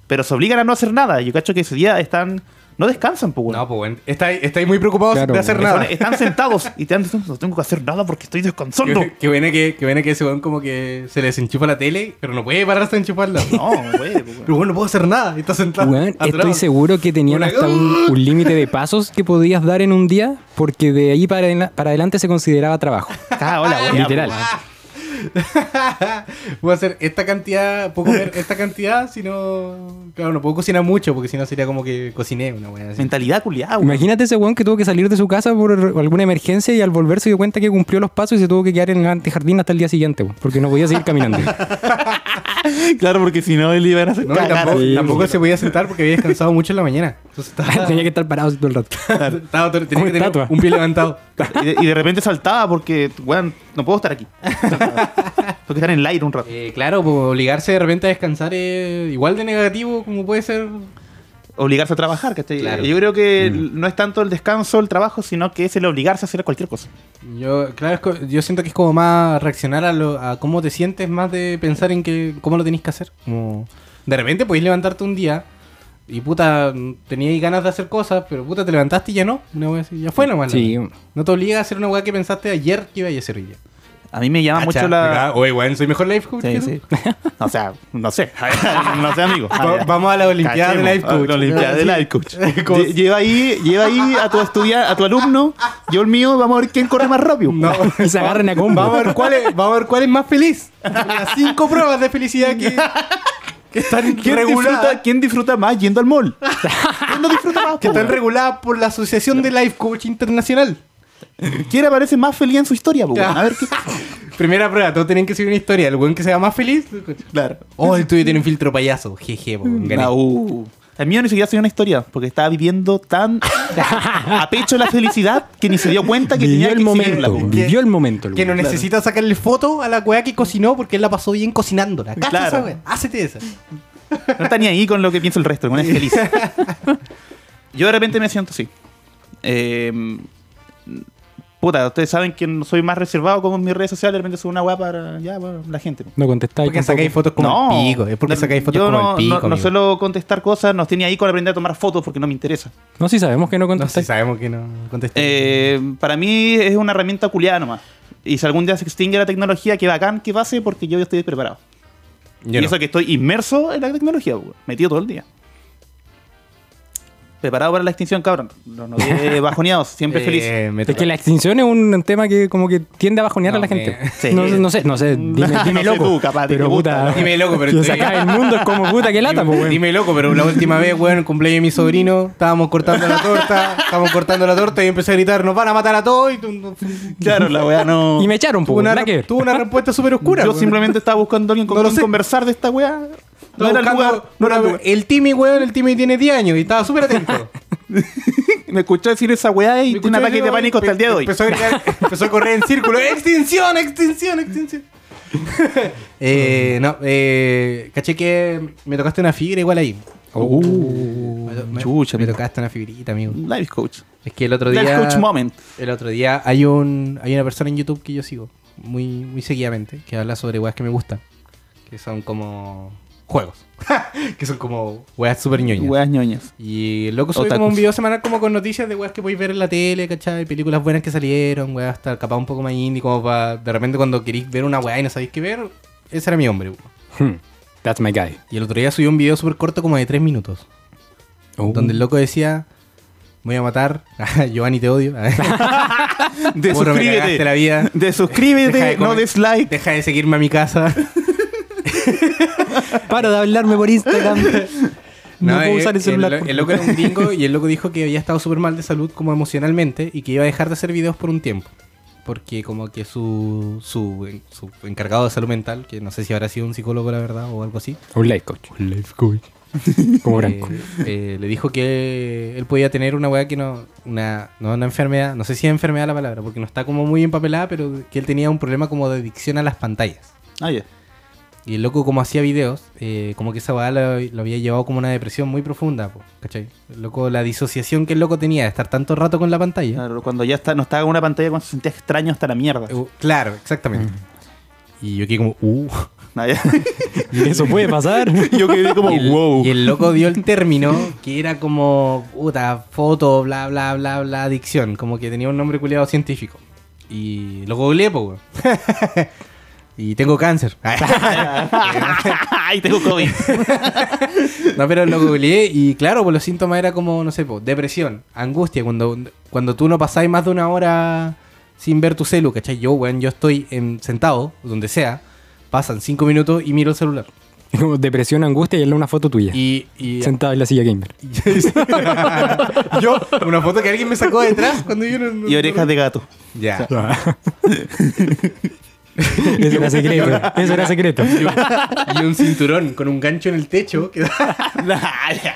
Speaker 2: Pero se obligan a no hacer nada. Yo cacho que ese día están... No descansan, pues, weón.
Speaker 1: No, pues bueno, estáis estáis muy preocupados
Speaker 3: Claro,
Speaker 1: de hacer
Speaker 3: weón.
Speaker 1: nada.
Speaker 2: Están, están sentados y te dan no tengo que hacer nada porque estoy descansando.
Speaker 1: Que, que viene que, que viene que ese weón como que se les enchufa la tele, pero no puede pararse a enchufarla.
Speaker 2: No, güey. pues,
Speaker 1: Pero bueno, no puedo hacer nada, y está sentado.
Speaker 3: Weón, estoy
Speaker 1: atrás.
Speaker 3: seguro que tenían
Speaker 1: Una-
Speaker 3: hasta
Speaker 2: ¡Ah!
Speaker 3: un, un límite de pasos que podías dar en un día, porque de ahí para, adela- para adelante se consideraba trabajo.
Speaker 2: Ah, hola, weá,
Speaker 3: Literal.
Speaker 2: pues.
Speaker 1: Voy a hacer esta cantidad, puedo comer esta cantidad, si no. Claro, no puedo cocinar mucho porque si no sería como que cociné una weá así.
Speaker 2: Mentalidad culiada, güey.
Speaker 3: Imagínate ese weón que tuvo que salir de su casa por alguna emergencia y al volver se dio cuenta que cumplió los pasos y se tuvo que quedar en el antejardín hasta el día siguiente, weón, porque no podía seguir caminando.
Speaker 2: Claro, porque si no, él iba a hacer
Speaker 1: No, y tampoco,
Speaker 3: sí,
Speaker 1: tampoco se podía sentar porque había descansado mucho en la mañana. Entonces estaba,
Speaker 3: Tenía que estar parado todo el rato.
Speaker 1: estaba- tenía que
Speaker 3: Como
Speaker 1: tener
Speaker 3: estatua.
Speaker 1: un pie levantado.
Speaker 2: Y de, y de repente saltaba porque, weón, no puedo estar aquí. Tengo que estar en el aire un rato.
Speaker 1: Eh, claro, pues, obligarse de repente a descansar es igual de negativo como puede ser.
Speaker 2: Obligarse a trabajar, ¿cachai?
Speaker 1: Claro.
Speaker 2: Yo creo que no es tanto el descanso, el trabajo, sino que es el obligarse a hacer cualquier cosa.
Speaker 1: Yo, claro, es co- yo siento que es como más reaccionar a, lo, a cómo te sientes, más de pensar en que cómo lo tenés que hacer. Como, de repente podés levantarte un día y puta, tenías ganas de hacer cosas, pero puta, te levantaste y ya no. Una wea así, ya fue nomás. la
Speaker 3: Sí.
Speaker 1: wea. No te obliga a hacer una weá que pensaste ayer que iba a hacer hoy día.
Speaker 2: A mí me llama
Speaker 1: Cacha,
Speaker 2: Ah, mucho la.
Speaker 1: ¿verdad? Oye, weón, soy mejor life coach. que
Speaker 2: Sí,
Speaker 1: tú.
Speaker 2: sí. O sea, no sé. No sé, amigo.
Speaker 1: Va- vamos a la Olimpiada de
Speaker 2: Cachemos,
Speaker 1: Life Coach.
Speaker 2: La Olimpiada de
Speaker 1: Sí.
Speaker 2: Life Coach.
Speaker 1: Como-
Speaker 2: Lle- Lleva ahí, lleva ahí a tu estudia, a tu alumno, yo el mío, vamos a ver quién corre más rápido.
Speaker 1: No.
Speaker 3: Y se agarran a combo.
Speaker 1: Vamos a ver cuál es, vamos a ver cuál es más feliz. Las cinco pruebas de felicidad que, que están
Speaker 2: ¿Quién
Speaker 1: reguladas.
Speaker 2: disfruta, ¿Quién disfruta más yendo al mall? ¿Quién no disfruta más?
Speaker 1: Que
Speaker 2: po,
Speaker 1: están
Speaker 2: weón?
Speaker 1: reguladas por la Asociación de Life Coach Internacional.
Speaker 2: ¿Quién aparece más feliz en su historia? po, weón?
Speaker 1: Ya.
Speaker 2: A ver qué.
Speaker 1: Primera prueba, todos tienen que seguir una historia. El weón que sea más feliz.
Speaker 2: Claro.
Speaker 1: Oh, el tuyo tiene un filtro payaso. Jeje, po, gané.
Speaker 2: No, uh. El mío ni siquiera soy una historia, porque estaba viviendo tan a pecho la felicidad que ni se dio cuenta que tenía
Speaker 3: Vivió el
Speaker 2: que exhibirla,
Speaker 3: momento.
Speaker 2: po, weón.
Speaker 3: Vivió el momento. el
Speaker 1: Que no
Speaker 3: weón.
Speaker 1: necesita sacarle foto a la weá que cocinó porque él la pasó bien cocinándola. Cacha
Speaker 2: Claro.
Speaker 1: esa weá. Hácete esa.
Speaker 2: No está ni ahí con lo que piensa el resto, con es feliz. Yo de repente me siento así. Eh, puta, ustedes saben que no soy más reservado como en mis redes sociales, de repente soy una weá para ya, para la gente. po.
Speaker 3: No contestáis.
Speaker 1: Porque
Speaker 3: tampoco.
Speaker 1: sacáis fotos como
Speaker 2: no,
Speaker 1: el pico. Es porque
Speaker 2: no,
Speaker 1: sacáis fotos
Speaker 2: yo
Speaker 1: como
Speaker 2: no,
Speaker 1: el pico.
Speaker 2: no- no
Speaker 1: amigo.
Speaker 2: suelo contestar cosas, nos tiene ahí con aprender a tomar fotos porque no me interesa.
Speaker 3: No, sí sabemos que no
Speaker 1: No sé,
Speaker 3: contestáis.
Speaker 1: sabemos que no contesté.
Speaker 2: Eh, para mí es una herramienta culiada nomás. Y si algún día se extingue la tecnología, que bacán que pase porque yo ya estoy preparado.
Speaker 1: Yo
Speaker 2: y
Speaker 1: no.
Speaker 2: eso que estoy inmerso en la tecnología, weón. metido todo el día. Preparado para la extinción, cabrón. No, no, quedé bajoneados, siempre feliz.
Speaker 1: Eh, me
Speaker 3: Es
Speaker 1: toca.
Speaker 3: que la extinción es un tema que como que tiende a bajonear
Speaker 1: No,
Speaker 3: a la gente.
Speaker 1: me-
Speaker 2: Sí.
Speaker 3: No, no sé, no sé, dime,
Speaker 2: No
Speaker 3: dime
Speaker 2: sé
Speaker 3: loco.
Speaker 2: tú, capaz,
Speaker 3: pero
Speaker 2: te gusta,
Speaker 3: puta,
Speaker 2: ¿no?
Speaker 1: Dime loco, pero
Speaker 3: que
Speaker 1: estoy-
Speaker 3: saca el mundo es como puta, qué lata, pues,
Speaker 1: Dime,
Speaker 3: weón.
Speaker 1: dime loco, pero la última vez, weón, en el cumpleaños de mi sobrino, estábamos cortando la torta, estábamos cortando la torta y empecé a gritar, nos van a matar a todos. Y tu- tu-
Speaker 2: Claro, la weá no.
Speaker 3: Y me echaron,
Speaker 1: tuvo,
Speaker 3: pues,
Speaker 1: una,
Speaker 3: nada que ver.
Speaker 1: tuvo una respuesta súper oscura.
Speaker 2: Yo
Speaker 1: weón.
Speaker 2: simplemente estaba buscando a alguien con
Speaker 1: pues. No lo
Speaker 2: quien
Speaker 1: sé.
Speaker 2: conversar de esta weá. No
Speaker 1: Estaba
Speaker 2: era el
Speaker 1: buscando-
Speaker 2: lugar. No era el
Speaker 1: una-
Speaker 2: lugar.
Speaker 1: el Timmy, weón, el Timmy tiene 10 años y estaba súper atento.
Speaker 2: Me escuchó decir esa weá y
Speaker 1: Me
Speaker 2: tiene un
Speaker 1: escuchó
Speaker 2: ataque de
Speaker 1: decir,
Speaker 2: pánico hasta el día de hoy.
Speaker 1: Empezó a, gritar- empezó a correr en círculo. ¡Extinción, extinción, extinción! eh, no, eh, caché que me tocaste una fibra igual ahí. Me to- me,
Speaker 2: Uh, chucha,
Speaker 1: me
Speaker 2: amigo.
Speaker 1: tocaste una fibrita, amigo.
Speaker 2: Life coach.
Speaker 1: Es que el otro
Speaker 2: Life
Speaker 1: día.
Speaker 2: coach moment.
Speaker 1: El otro día hay un hay una persona en YouTube que yo sigo muy muy seguidamente que habla sobre weas que me gustan, que son como juegos, que son como weas super ñoñas.
Speaker 2: Weas ñoñas.
Speaker 1: Y el loco sube
Speaker 2: Otakus.
Speaker 1: como un video semanal como con noticias de weas que podéis ver en la tele, ¿cachai? Películas buenas que salieron, weas hasta capaz un poco más indie, como para de repente cuando queréis ver una wea y no sabéis qué ver, ese era mi hombre. weón.
Speaker 3: Hmm, That's my guy.
Speaker 1: Y el otro día subió un video súper corto como de tres minutos.
Speaker 3: Oh.
Speaker 1: Donde el loco decía, voy a matar, Giovanni te odio.
Speaker 2: De
Speaker 1: Puro, me cagaste
Speaker 2: suscríbete.
Speaker 1: la vida.
Speaker 2: De suscríbete,
Speaker 1: Deja de
Speaker 2: no
Speaker 1: comer.
Speaker 2: dislike.
Speaker 1: Deja de seguirme a mi casa.
Speaker 3: Paro de hablarme por Instagram. No, puedo
Speaker 1: eh,
Speaker 3: usar el celular.
Speaker 1: lo-
Speaker 3: por
Speaker 1: El loco era un gringo y el loco dijo que había estado súper mal de salud como emocionalmente y que iba a dejar de hacer videos por un tiempo. Porque como que su, su, su encargado de salud mental, que no sé si habrá sido un psicólogo la verdad o algo así,
Speaker 3: favor. Un life coach. Un life coach. Como Branco.
Speaker 1: eh, eh, le dijo que él podía tener una weá que no, una, no una enfermedad, no sé si es enfermedad la palabra, porque no está como muy empapelada, pero que él tenía un problema como de adicción a las pantallas.
Speaker 2: Ah, ya.
Speaker 1: Y el loco, como hacía videos, eh, como que esa weá lo, lo había llevado como una depresión muy profunda, po, ¿cachai? El loco, la disociación que el loco tenía de estar tanto rato con la pantalla.
Speaker 2: Claro, cuando ya está, no estaba en una pantalla, cuando se sentía extraño hasta la mierda.
Speaker 1: Eh, Claro, exactamente. Y yo quedé como, uh.
Speaker 2: Ah, ya.
Speaker 3: Eso puede pasar.
Speaker 2: Yo quedé
Speaker 3: Oh,
Speaker 2: como,
Speaker 1: Y el,
Speaker 2: wow.
Speaker 1: y el loco dio el término que era como, puta, foto, bla, bla, bla, bla, adicción. Como que tenía un nombre culiado científico. Y lo googleé, po, weón. Y tengo cáncer.
Speaker 2: Ay, tengo COVID.
Speaker 1: No, pero lo googleé y claro, pues los síntomas era como, no sé, po, depresión, angustia, cuando, cuando tú no pasás más de una hora sin ver tu celu, ¿cachai? Yo, weón, yo estoy en- sentado, donde sea, pasan cinco minutos y miro el celular.
Speaker 3: Como depresión, angustia y él una foto tuya.
Speaker 1: Y, y-
Speaker 3: Sentado en la silla gamer.
Speaker 1: yo, una foto que alguien me sacó detrás cuando yo no... no-
Speaker 2: Y orejas de gato.
Speaker 1: Ya.
Speaker 3: Eso era secreto. Eso era secreto.
Speaker 1: Y un, y un cinturón con un gancho en el techo que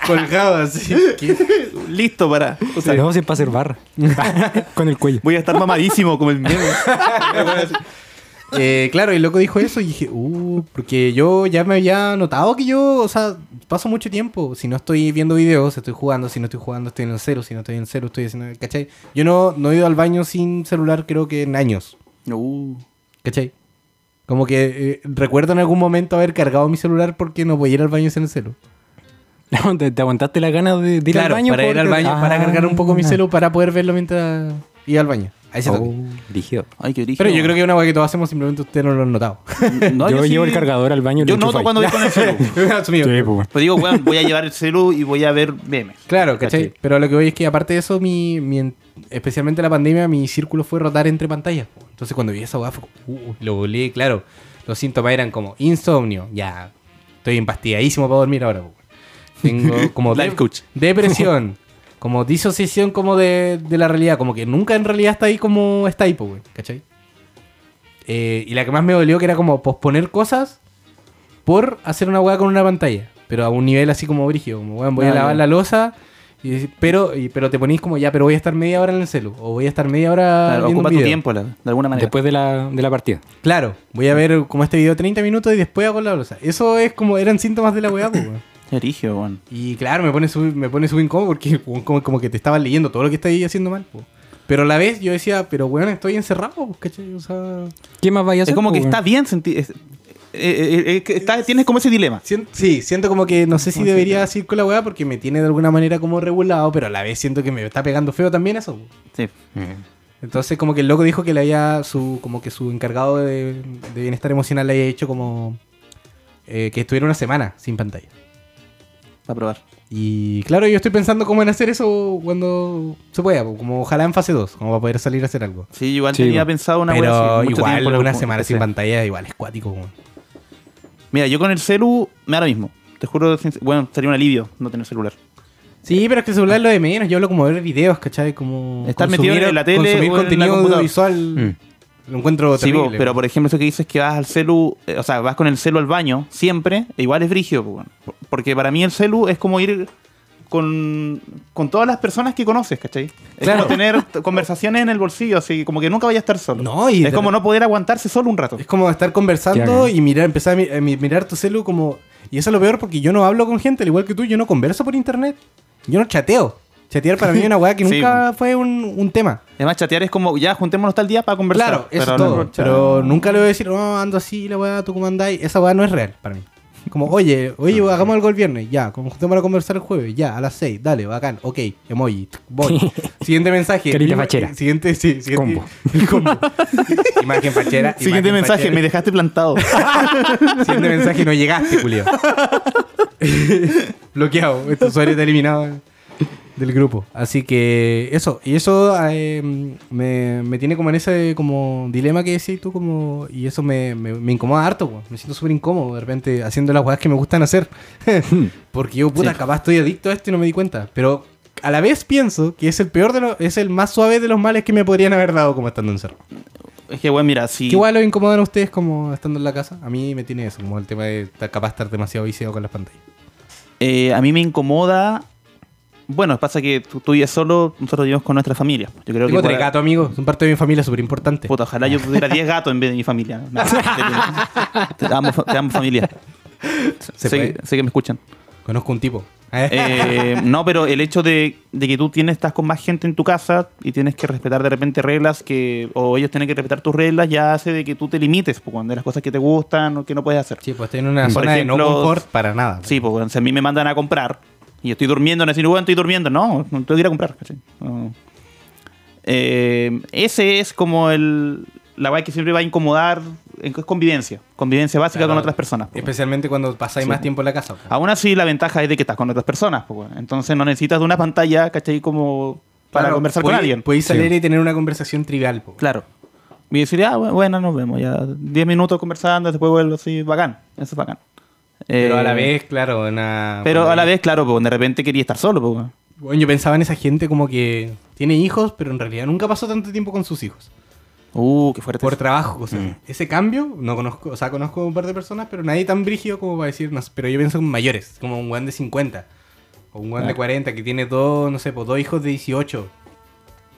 Speaker 1: colgado así. ¿Qué?
Speaker 2: Listo para. o sea,
Speaker 3: no, si es para hacer barra. Con el cuello.
Speaker 2: Voy a estar mamadísimo como el meme.
Speaker 1: Eh, claro, y el loco dijo eso y dije, uh, porque yo ya me había notado que yo, o sea, paso mucho tiempo. Si no estoy viendo videos, estoy jugando. Si no estoy jugando, estoy en el cero. Si no estoy en el cero, estoy haciendo. ¿Cachai? Yo no, no he ido al baño sin celular, creo que en años.
Speaker 2: Uh,
Speaker 1: ¿Cachai? Como que eh, recuerdo en algún momento haber cargado mi celular porque no podía ir al baño sin el celo.
Speaker 3: No, te, te aguantaste las ganas de, de ir
Speaker 1: claro,
Speaker 3: al baño.
Speaker 1: para ir al
Speaker 3: porque-
Speaker 1: baño, para cargar un poco mi
Speaker 3: Ah.
Speaker 1: celu para poder verlo mientras iba al baño. A ese toque.
Speaker 3: Oh, rígido.
Speaker 2: ay, qué origen.
Speaker 1: Pero yo creo que es una cosa que todos hacemos, simplemente usted no lo ha notado.
Speaker 2: No,
Speaker 3: yo,
Speaker 2: sí-
Speaker 3: llevo el cargador al baño. y lo
Speaker 2: Yo
Speaker 3: enchufo
Speaker 2: noto
Speaker 3: ahí.
Speaker 2: cuando voy con el celu.
Speaker 1: Asumido.
Speaker 3: Sí, pues,
Speaker 2: Pues digo, weón, voy a llevar el celu y voy a ver memes.
Speaker 1: Claro, ¿cachai? Pero lo que voy es que aparte de eso, mi, mi en- especialmente la pandemia, mi círculo fue rotar entre pantallas. po. Entonces cuando vi esa weá fue como, uh, lo volé, claro. Los síntomas eran como insomnio, ya estoy empastilladísimo para dormir ahora. po. Tengo como
Speaker 2: Life coach.
Speaker 1: depresión, como disociación como de, de la realidad, como que nunca en realidad está ahí como está ahí, po, güey, ¿cachai? Eh, y la que más me dolió que era como posponer cosas por hacer una weá con una pantalla. Pero a un nivel así como brígido, como weón, voy a
Speaker 2: Ah,
Speaker 1: lavar
Speaker 2: ya.
Speaker 1: la losa, y, pero, y- pero te ponís como ya, pero voy a estar media hora en el celu, o voy a estar media hora
Speaker 2: Claro,
Speaker 1: viendo un
Speaker 2: ocupa tu
Speaker 1: video.
Speaker 2: tiempo, la- de alguna manera.
Speaker 3: Después de la, de la partida.
Speaker 1: Claro, voy a ver como este video 30 minutos y después hago la losa. Eso es como, eran síntomas de la weá, po, weón.
Speaker 2: Qué origen, weón.
Speaker 1: Y claro, me pone sub- me pone súper incómodo porque weón, como, como que te estaban leyendo todo lo que estabas haciendo mal. po. Pero a la vez yo decía, pero weón, estoy encerrado, ¿cachai? O sea,
Speaker 3: ¿Qué más vaya a hacer?
Speaker 2: Es como que
Speaker 3: pues,
Speaker 2: está bien sentir. es- eh, eh, eh, que está- tienes como ese dilema.
Speaker 1: sien- sí, siento como que no sé si debería decir con la weá porque me tiene de alguna manera como regulado, pero a la vez siento que me está pegando feo también eso. po.
Speaker 2: Sí.
Speaker 1: Entonces como que el loco dijo que le había su como que su encargado de, de bienestar emocional le había hecho como eh, que estuviera una semana sin pantalla.
Speaker 2: Para probar.
Speaker 1: Y claro, yo estoy pensando cómo en hacer eso cuando se pueda, po, como ojalá en fase 2, como para poder salir a hacer algo.
Speaker 2: Sí, igual
Speaker 3: Sí,
Speaker 2: tenía
Speaker 3: weón.
Speaker 2: pensado una weá
Speaker 1: pues. pero
Speaker 2: así, mucho
Speaker 1: igual
Speaker 2: tiempo,
Speaker 1: una
Speaker 2: loco,
Speaker 1: semana
Speaker 2: que
Speaker 1: sin
Speaker 2: sea.
Speaker 1: pantalla igual es cuático. weón.
Speaker 2: Mira, yo con el celu, me ahora mismo. Te juro, sin- bueno, sería un alivio no tener celular.
Speaker 1: Sí, pero es que el celular es lo de menos. Yo hablo como ver videos, ¿cachai? Como
Speaker 2: Estar metido en la tele o en
Speaker 1: consumir
Speaker 2: la
Speaker 1: contenido
Speaker 2: computadora. Mm.
Speaker 1: audiovisual. Lo encuentro
Speaker 2: Sí,
Speaker 1: terrible.
Speaker 2: po, pero por ejemplo, eso que dices que vas al celu, eh, o sea, vas con el celu al baño siempre, e igual es brígido, po, weón. Por- porque para mí el celu es como ir con, con todas las personas que conoces, ¿cachai? Es
Speaker 1: Claro.
Speaker 2: como tener t- conversaciones en el bolsillo, así como que nunca vayas a estar solo.
Speaker 1: No, y
Speaker 2: es
Speaker 1: de-
Speaker 2: como no poder aguantarse solo un rato.
Speaker 1: Es como estar conversando
Speaker 3: Claro.
Speaker 1: y mirar, empezar a mi- a mi- mirar tu celu como... Y eso es lo peor porque yo no hablo con gente, al igual que tú, yo no converso por internet. Yo no chateo. Chatear para mí es una weá que
Speaker 2: Sí,
Speaker 1: nunca fue un, un tema.
Speaker 2: Además, chatear es como ya juntémonos tal día para conversar.
Speaker 1: Claro, eso
Speaker 2: Pero
Speaker 1: es
Speaker 2: no,
Speaker 1: todo.
Speaker 2: no,
Speaker 1: pero nunca le voy a decir, no, ando así, la weá, tú cómo andáis. Esa weá no es real para mí. Como, oye, oye, hagamos algo el viernes, ya, como juntémonos a conversar el jueves, ya, a las 6, dale, bacán, ok, emoji, tsk, voy. Siguiente mensaje.
Speaker 3: Carita
Speaker 1: Mismo-
Speaker 3: fachera.
Speaker 1: Siguiente, sí, siguiente.
Speaker 3: Combo.
Speaker 1: El combo. Imagen fachera.
Speaker 2: Siguiente
Speaker 1: imagen
Speaker 2: mensaje,
Speaker 1: fachera.
Speaker 2: me dejaste plantado.
Speaker 1: Siguiente mensaje, no llegaste, Julio. Bloqueado. Este usuario está Este eliminado. del grupo. Así que eso, y eso eh, me, me tiene como en ese como dilema que decís tú, como, y eso me, me- me incomoda harto, po. me siento súper incómodo de repente haciendo las weas que me gustan hacer. Hmm. Porque yo, puta, capaz estoy adicto a esto y no me di cuenta. Pero a la vez pienso que es el peor de los, es el más suave de los males que me podrían haber dado como estando encerrado.
Speaker 2: Es que, bueno, mira, si.
Speaker 1: ¿Qué igual lo incomodan a ustedes como estando en la casa? A mí me tiene eso, como el tema de estar capaz de estar demasiado viciado con las pantallas.
Speaker 2: Eh, a mí me incomoda. Bueno, pasa que tú, tú vives solo, nosotros vivimos con nuestra familia. Yo creo
Speaker 1: Tengo
Speaker 2: que.
Speaker 1: tres
Speaker 2: pueda-
Speaker 1: gatos, amigos, son parte de mi familia súper importante.
Speaker 2: Puta, ojalá yo tuviera 10 gatos en vez de mi familia. No, te, te amo, fa- te amo, familia.
Speaker 1: Se
Speaker 2: Sé,
Speaker 1: puede.
Speaker 2: que- sé que me escuchan.
Speaker 1: Conozco un tipo. Eh,
Speaker 2: Eh, no, pero el hecho de, de que tú tienes, estás con más gente en tu casa y tienes que respetar de repente reglas que o ellos tienen que respetar tus reglas ya hace de que tú te limites po, weón, de las cosas que te gustan o que no puedes hacer.
Speaker 1: Sí, pues estoy en una
Speaker 2: Por
Speaker 1: zona de no
Speaker 2: ejemplo,
Speaker 1: confort para nada.
Speaker 2: Sí, pues si a mí me mandan a comprar y yo estoy durmiendo, no es decir, bueno, estoy durmiendo. No, no tengo que ir a comprar. ¿cachai? No. Eh, ese es como el, la guay que siempre va a incomodar, en- es convivencia, convivencia básica
Speaker 1: Claro.
Speaker 2: con otras personas. po, weón.
Speaker 1: Especialmente cuando pasáis
Speaker 2: Sí. Ah,
Speaker 1: más tiempo en la casa.
Speaker 2: Aún así, la ventaja es de que estás con otras personas. po, weón. entonces no necesitas de una pantalla, ¿cachai? Como para
Speaker 1: Claro,
Speaker 2: conversar con
Speaker 1: podéis-
Speaker 2: alguien.
Speaker 1: Podéis
Speaker 2: Sí.
Speaker 1: salir y tener una conversación trivial. po.
Speaker 2: Claro. Y decir, ah, bu- bueno, nos vemos. Ya 10 minutos conversando, después vuelvo así, bacán. Eso es bacán.
Speaker 1: Pero a la
Speaker 2: Eh,
Speaker 1: vez, claro, una...
Speaker 2: Pero a la vez, claro, pues, de repente quería estar solo. Pues, weón.
Speaker 1: Bueno, yo pensaba en esa gente como que tiene hijos, pero en realidad nunca pasó tanto tiempo con sus hijos.
Speaker 2: Uh, qué fuerte.
Speaker 1: Por trabajo, o sea, ese cambio, no conozco, o sea, conozco un par de personas, pero nadie tan brígido como para decir, no sé, pero yo pienso en mayores, como un guan de 50, o un guan de 40, que tiene dos, no sé, pues dos hijos de 18,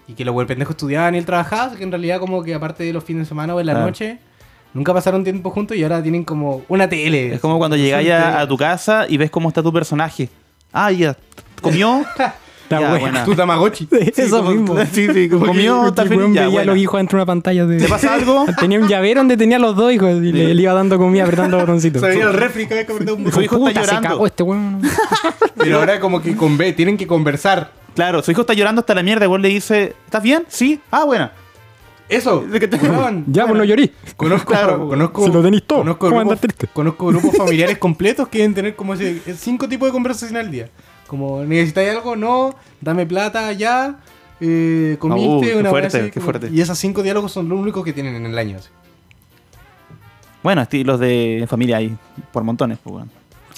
Speaker 1: y que los buen pendejos estudiaban y él trabajaba, que en realidad como que aparte de los fines de semana o en la
Speaker 2: Claro.
Speaker 1: noche, nunca pasaron tiempo juntos y ahora tienen como una tele.
Speaker 2: Es como cuando
Speaker 1: Son
Speaker 2: llegáis a,
Speaker 1: tele.
Speaker 2: a tu casa y ves cómo está tu personaje. Ah, ya. ¿Comió?
Speaker 3: Está
Speaker 2: Ya,
Speaker 3: buena.
Speaker 2: buena.
Speaker 1: Tu Tamagotchi.
Speaker 3: Eso mismo.
Speaker 2: Sí, sí, como comió, está
Speaker 3: Porque el
Speaker 2: feliz.
Speaker 3: weón
Speaker 2: Ya,
Speaker 3: veía a
Speaker 2: buena.
Speaker 3: los hijos dentro de una pantalla de...
Speaker 2: ¿Te pasa algo?
Speaker 3: Tenía un llavero donde tenía los dos hijos y le, le iba dando comida apretando botoncitos.
Speaker 1: Se veía el refri cada vez que apretaba un
Speaker 2: Su
Speaker 1: botón.
Speaker 2: hijo
Speaker 3: Puta,
Speaker 2: está
Speaker 3: se
Speaker 2: llorando.
Speaker 3: cagó este weón.
Speaker 1: Pero ahora como que conve- tienen que conversar.
Speaker 2: Claro, su hijo está llorando hasta la mierda. Igual le dice, ¿estás bien? Sí. Ah, buena.
Speaker 1: Eso. weón.
Speaker 3: Ya, pues no llorí.
Speaker 1: Conozco, conozco,
Speaker 3: Se lo tenéis todo.
Speaker 1: Conozco
Speaker 3: ¿Cómo
Speaker 1: grupos,
Speaker 3: andas triste?
Speaker 1: conozco grupos familiares completos que deben tener como ese, cinco tipos de conversación al día. Como, ¿necesitáis algo? No, dame plata ya, eh,
Speaker 2: Uh,
Speaker 1: comiste
Speaker 2: qué
Speaker 1: una weá
Speaker 2: fuerte,
Speaker 1: así,
Speaker 2: qué
Speaker 1: como-
Speaker 2: fuerte.
Speaker 1: Y esos cinco diálogos son los únicos que tienen en el año. así.
Speaker 2: Bueno, estilos de familia hay por montones. Pues, weón.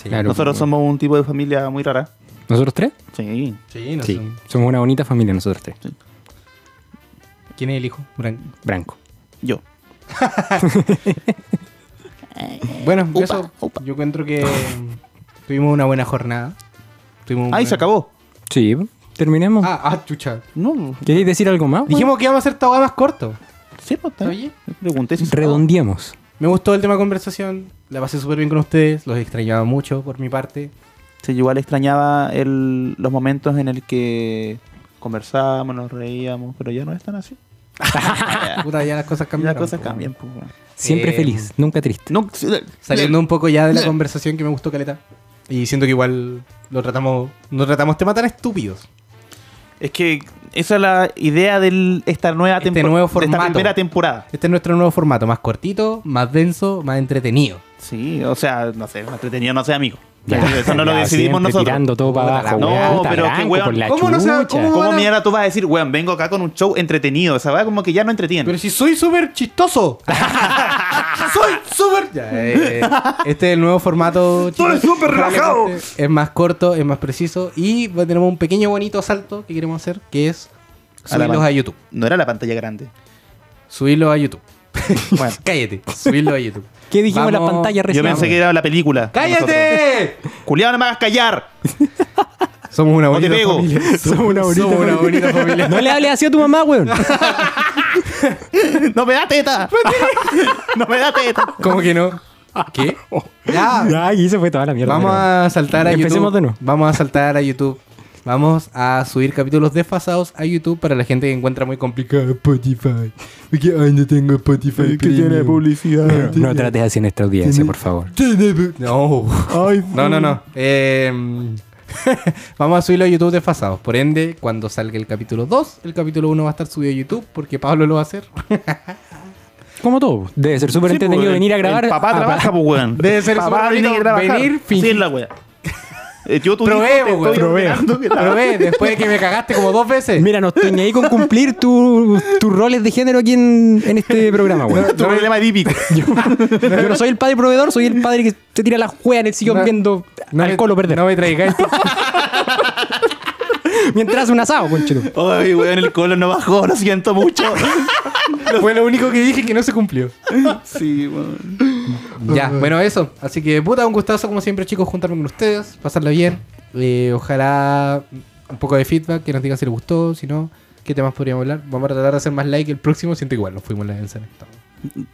Speaker 3: Claro,
Speaker 2: Nosotros
Speaker 3: pues,
Speaker 2: somos un tipo de familia muy rara.
Speaker 3: weón. ¿Nosotros tres?
Speaker 2: Sí.
Speaker 1: Sí, no
Speaker 3: Sí.
Speaker 1: son-
Speaker 3: Somos una bonita familia nosotros tres.
Speaker 1: ¿Quién es el hijo? Bran-
Speaker 3: Branco.
Speaker 2: Yo.
Speaker 1: Bueno,
Speaker 2: Upa,
Speaker 1: eso,
Speaker 2: upa.
Speaker 1: yo encuentro que mm, tuvimos una buena jornada. Tuvimos un
Speaker 2: Ahí
Speaker 1: buen-
Speaker 2: se acabó.
Speaker 3: Sí, terminemos.
Speaker 1: Ah, ah, chucha.
Speaker 2: No,
Speaker 3: ¿Queréis decir algo más? weón?
Speaker 1: Dijimos que íbamos a hacer esta weá más corto.
Speaker 2: sí, pues está
Speaker 1: Oye.
Speaker 2: Yo Pregunté si se acabó.
Speaker 3: redondeamos.
Speaker 1: Me gustó el tema de conversación, la pasé súper bien con ustedes, los extrañaba mucho por mi parte.
Speaker 2: Sí, yo igual extrañaba el- los momentos en el que conversábamos, nos reíamos, pero ya no es tan así.
Speaker 1: Puta, ya las cosas cambian.
Speaker 2: Las cosas cambian. pues, weón.
Speaker 3: Siempre
Speaker 1: Eh,
Speaker 3: feliz, nunca triste.
Speaker 2: No, sí,
Speaker 1: Saliendo un poco ya de la conversación que me gustó Caleta. Y siento que igual lo tratamos, no tratamos temas tan estúpidos.
Speaker 2: es que esa es la idea de esta nueva
Speaker 1: Este
Speaker 2: tempor-
Speaker 1: nuevo
Speaker 2: de
Speaker 1: formato.
Speaker 2: Esta primera temporada.
Speaker 1: Este es nuestro nuevo formato, más cortito, más denso, más entretenido.
Speaker 2: Sí, o sea, no sé, más entretenido no sé, amigo.
Speaker 3: Ya,
Speaker 2: Eso no lo
Speaker 3: ya,
Speaker 2: decidimos
Speaker 3: siempre
Speaker 2: nosotros.
Speaker 3: Tirando todo para abajo.
Speaker 2: No,
Speaker 3: weón. Puta,
Speaker 2: pero qué
Speaker 3: Branco,
Speaker 2: weón.
Speaker 3: por la
Speaker 1: ¿Cómo no se-
Speaker 3: chucha.
Speaker 1: cómo-
Speaker 2: ¿Cómo
Speaker 1: van a-
Speaker 2: mierda tú vas a decir, weón, vengo acá con un show entretenido? Esa va como que ya no entretiene.
Speaker 1: Pero si soy súper chistoso. soy súper... Ya, eh, este es el nuevo formato. chicos.
Speaker 2: súper
Speaker 1: Ojalá les
Speaker 2: relajado.
Speaker 1: guste. Es más corto, es más preciso. Y va- tenemos un pequeño bonito salto que queremos hacer, que es
Speaker 2: A la
Speaker 1: subirlos
Speaker 2: pan-
Speaker 1: a YouTube.
Speaker 2: No era la pantalla grande.
Speaker 1: Subirlos a YouTube.
Speaker 2: Bueno,
Speaker 1: Cállate. Subirlos a YouTube.
Speaker 3: ¿Qué dijimos en la
Speaker 1: Vamos-
Speaker 3: pantalla
Speaker 2: yo
Speaker 3: recién?
Speaker 2: pensé que era la película.
Speaker 1: ¡Cállate!
Speaker 2: Julián, no me hagas callar.
Speaker 1: Somos una
Speaker 2: No te
Speaker 1: bonita
Speaker 2: pego.
Speaker 1: familia. Somos una bonita, familia.
Speaker 3: No le hables así a tu mamá, weón.
Speaker 2: No me da teta. no me da teta.
Speaker 1: ¿Cómo que no? ¿Qué? Ya.
Speaker 3: Ya, y se fue toda la mierda.
Speaker 1: Vamos a saltar a YouTube.
Speaker 3: Empecemos de nuevo.
Speaker 1: Vamos a saltar a YouTube. Vamos a subir capítulos desfasados a YouTube para la gente que encuentra muy complicado Spotify. Porque ay, no tengo Spotify. Que tiene publicidad.
Speaker 3: pero- No, no trates así a nuestra audiencia, por favor.
Speaker 1: No. no, no, no. Eh, vamos a subirlo a YouTube desfasados. Por ende, cuando salga el capítulo 2, el capítulo 1 va a estar subido a YouTube porque Pablo lo va a hacer.
Speaker 3: Como todo. Debe ser súper
Speaker 2: Sí,
Speaker 3: entretenido
Speaker 2: pues, el-
Speaker 3: venir a grabar.
Speaker 2: el Papá
Speaker 3: a-
Speaker 2: trabaja, pues, weón.
Speaker 1: Debe ser
Speaker 2: papá
Speaker 1: súper
Speaker 2: tiene que
Speaker 1: bonito
Speaker 2: trabajar.
Speaker 1: venir,
Speaker 2: Sí,
Speaker 1: fingir.
Speaker 2: es la wea. Eh, yo tu
Speaker 1: Probé,
Speaker 2: hijo, te
Speaker 1: weón,
Speaker 2: estoy
Speaker 1: probé.
Speaker 2: ordenando que la-
Speaker 1: Pero ve, después de que me cagaste como dos veces.
Speaker 3: Mira, no estoy ni ahí con cumplir tu- tus roles de género aquí en, en este programa, weón.
Speaker 2: Tu problema típico.
Speaker 3: Yo no soy el padre proveedor, soy el padre que se tira la juega en el sillón
Speaker 1: No-
Speaker 3: viendo
Speaker 1: no
Speaker 3: alcohol o
Speaker 1: me,
Speaker 3: perder.
Speaker 1: no me traigáis.
Speaker 3: Mientras hace un asado, conchito.
Speaker 2: Ay, weón, el colon no bajó, lo siento mucho.
Speaker 1: Fue lo único que dije que no se cumplió.
Speaker 2: sí, weón.
Speaker 1: Ya, bueno, eso. Así que, puta, un gustazo como siempre, chicos, juntarme con ustedes, pasarla bien. Eh, ojalá un poco de feedback, que nos digan si les gustó, si no, qué temas podríamos hablar. Vamos a tratar de hacer más like el próximo, siento que igual, nos fuimos la ensalada.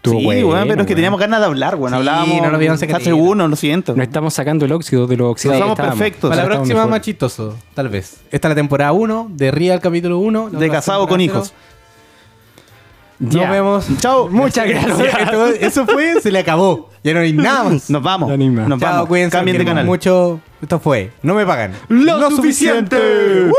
Speaker 3: Tú,
Speaker 2: sí,
Speaker 3: bueno,
Speaker 2: weón, pero es que
Speaker 3: weón.
Speaker 2: teníamos ganas de hablar, weón.
Speaker 1: Sí,
Speaker 2: Hablábamos.
Speaker 1: no lo vieron
Speaker 2: Está
Speaker 1: secretito.
Speaker 2: seguro, lo siento.
Speaker 3: Nos estamos sacando el óxido de lo
Speaker 2: No
Speaker 3: oxidado. que
Speaker 2: somos
Speaker 3: estábamos.
Speaker 2: perfectos.
Speaker 1: Para la
Speaker 3: Estamos
Speaker 1: próxima,
Speaker 3: mejor.
Speaker 1: más chistoso, tal vez. Esta es la temporada 1 de Real capítulo 1.
Speaker 2: De casado con hijos.
Speaker 1: Nos
Speaker 3: Ya.
Speaker 1: vemos.
Speaker 2: Chao.
Speaker 3: Muchas gracias.
Speaker 1: Esto- Eso fue, se le acabó. Ya no hay nada más.
Speaker 2: Nos vamos.
Speaker 3: Ya ni más.
Speaker 2: Nos
Speaker 1: Chao,
Speaker 2: vamos.
Speaker 1: cuídense.
Speaker 2: Cambien de
Speaker 1: queremos
Speaker 2: canal.
Speaker 1: Mucho. Esto fue. No me pagan.
Speaker 2: ¡Lo suficiente!
Speaker 1: ¡Woo!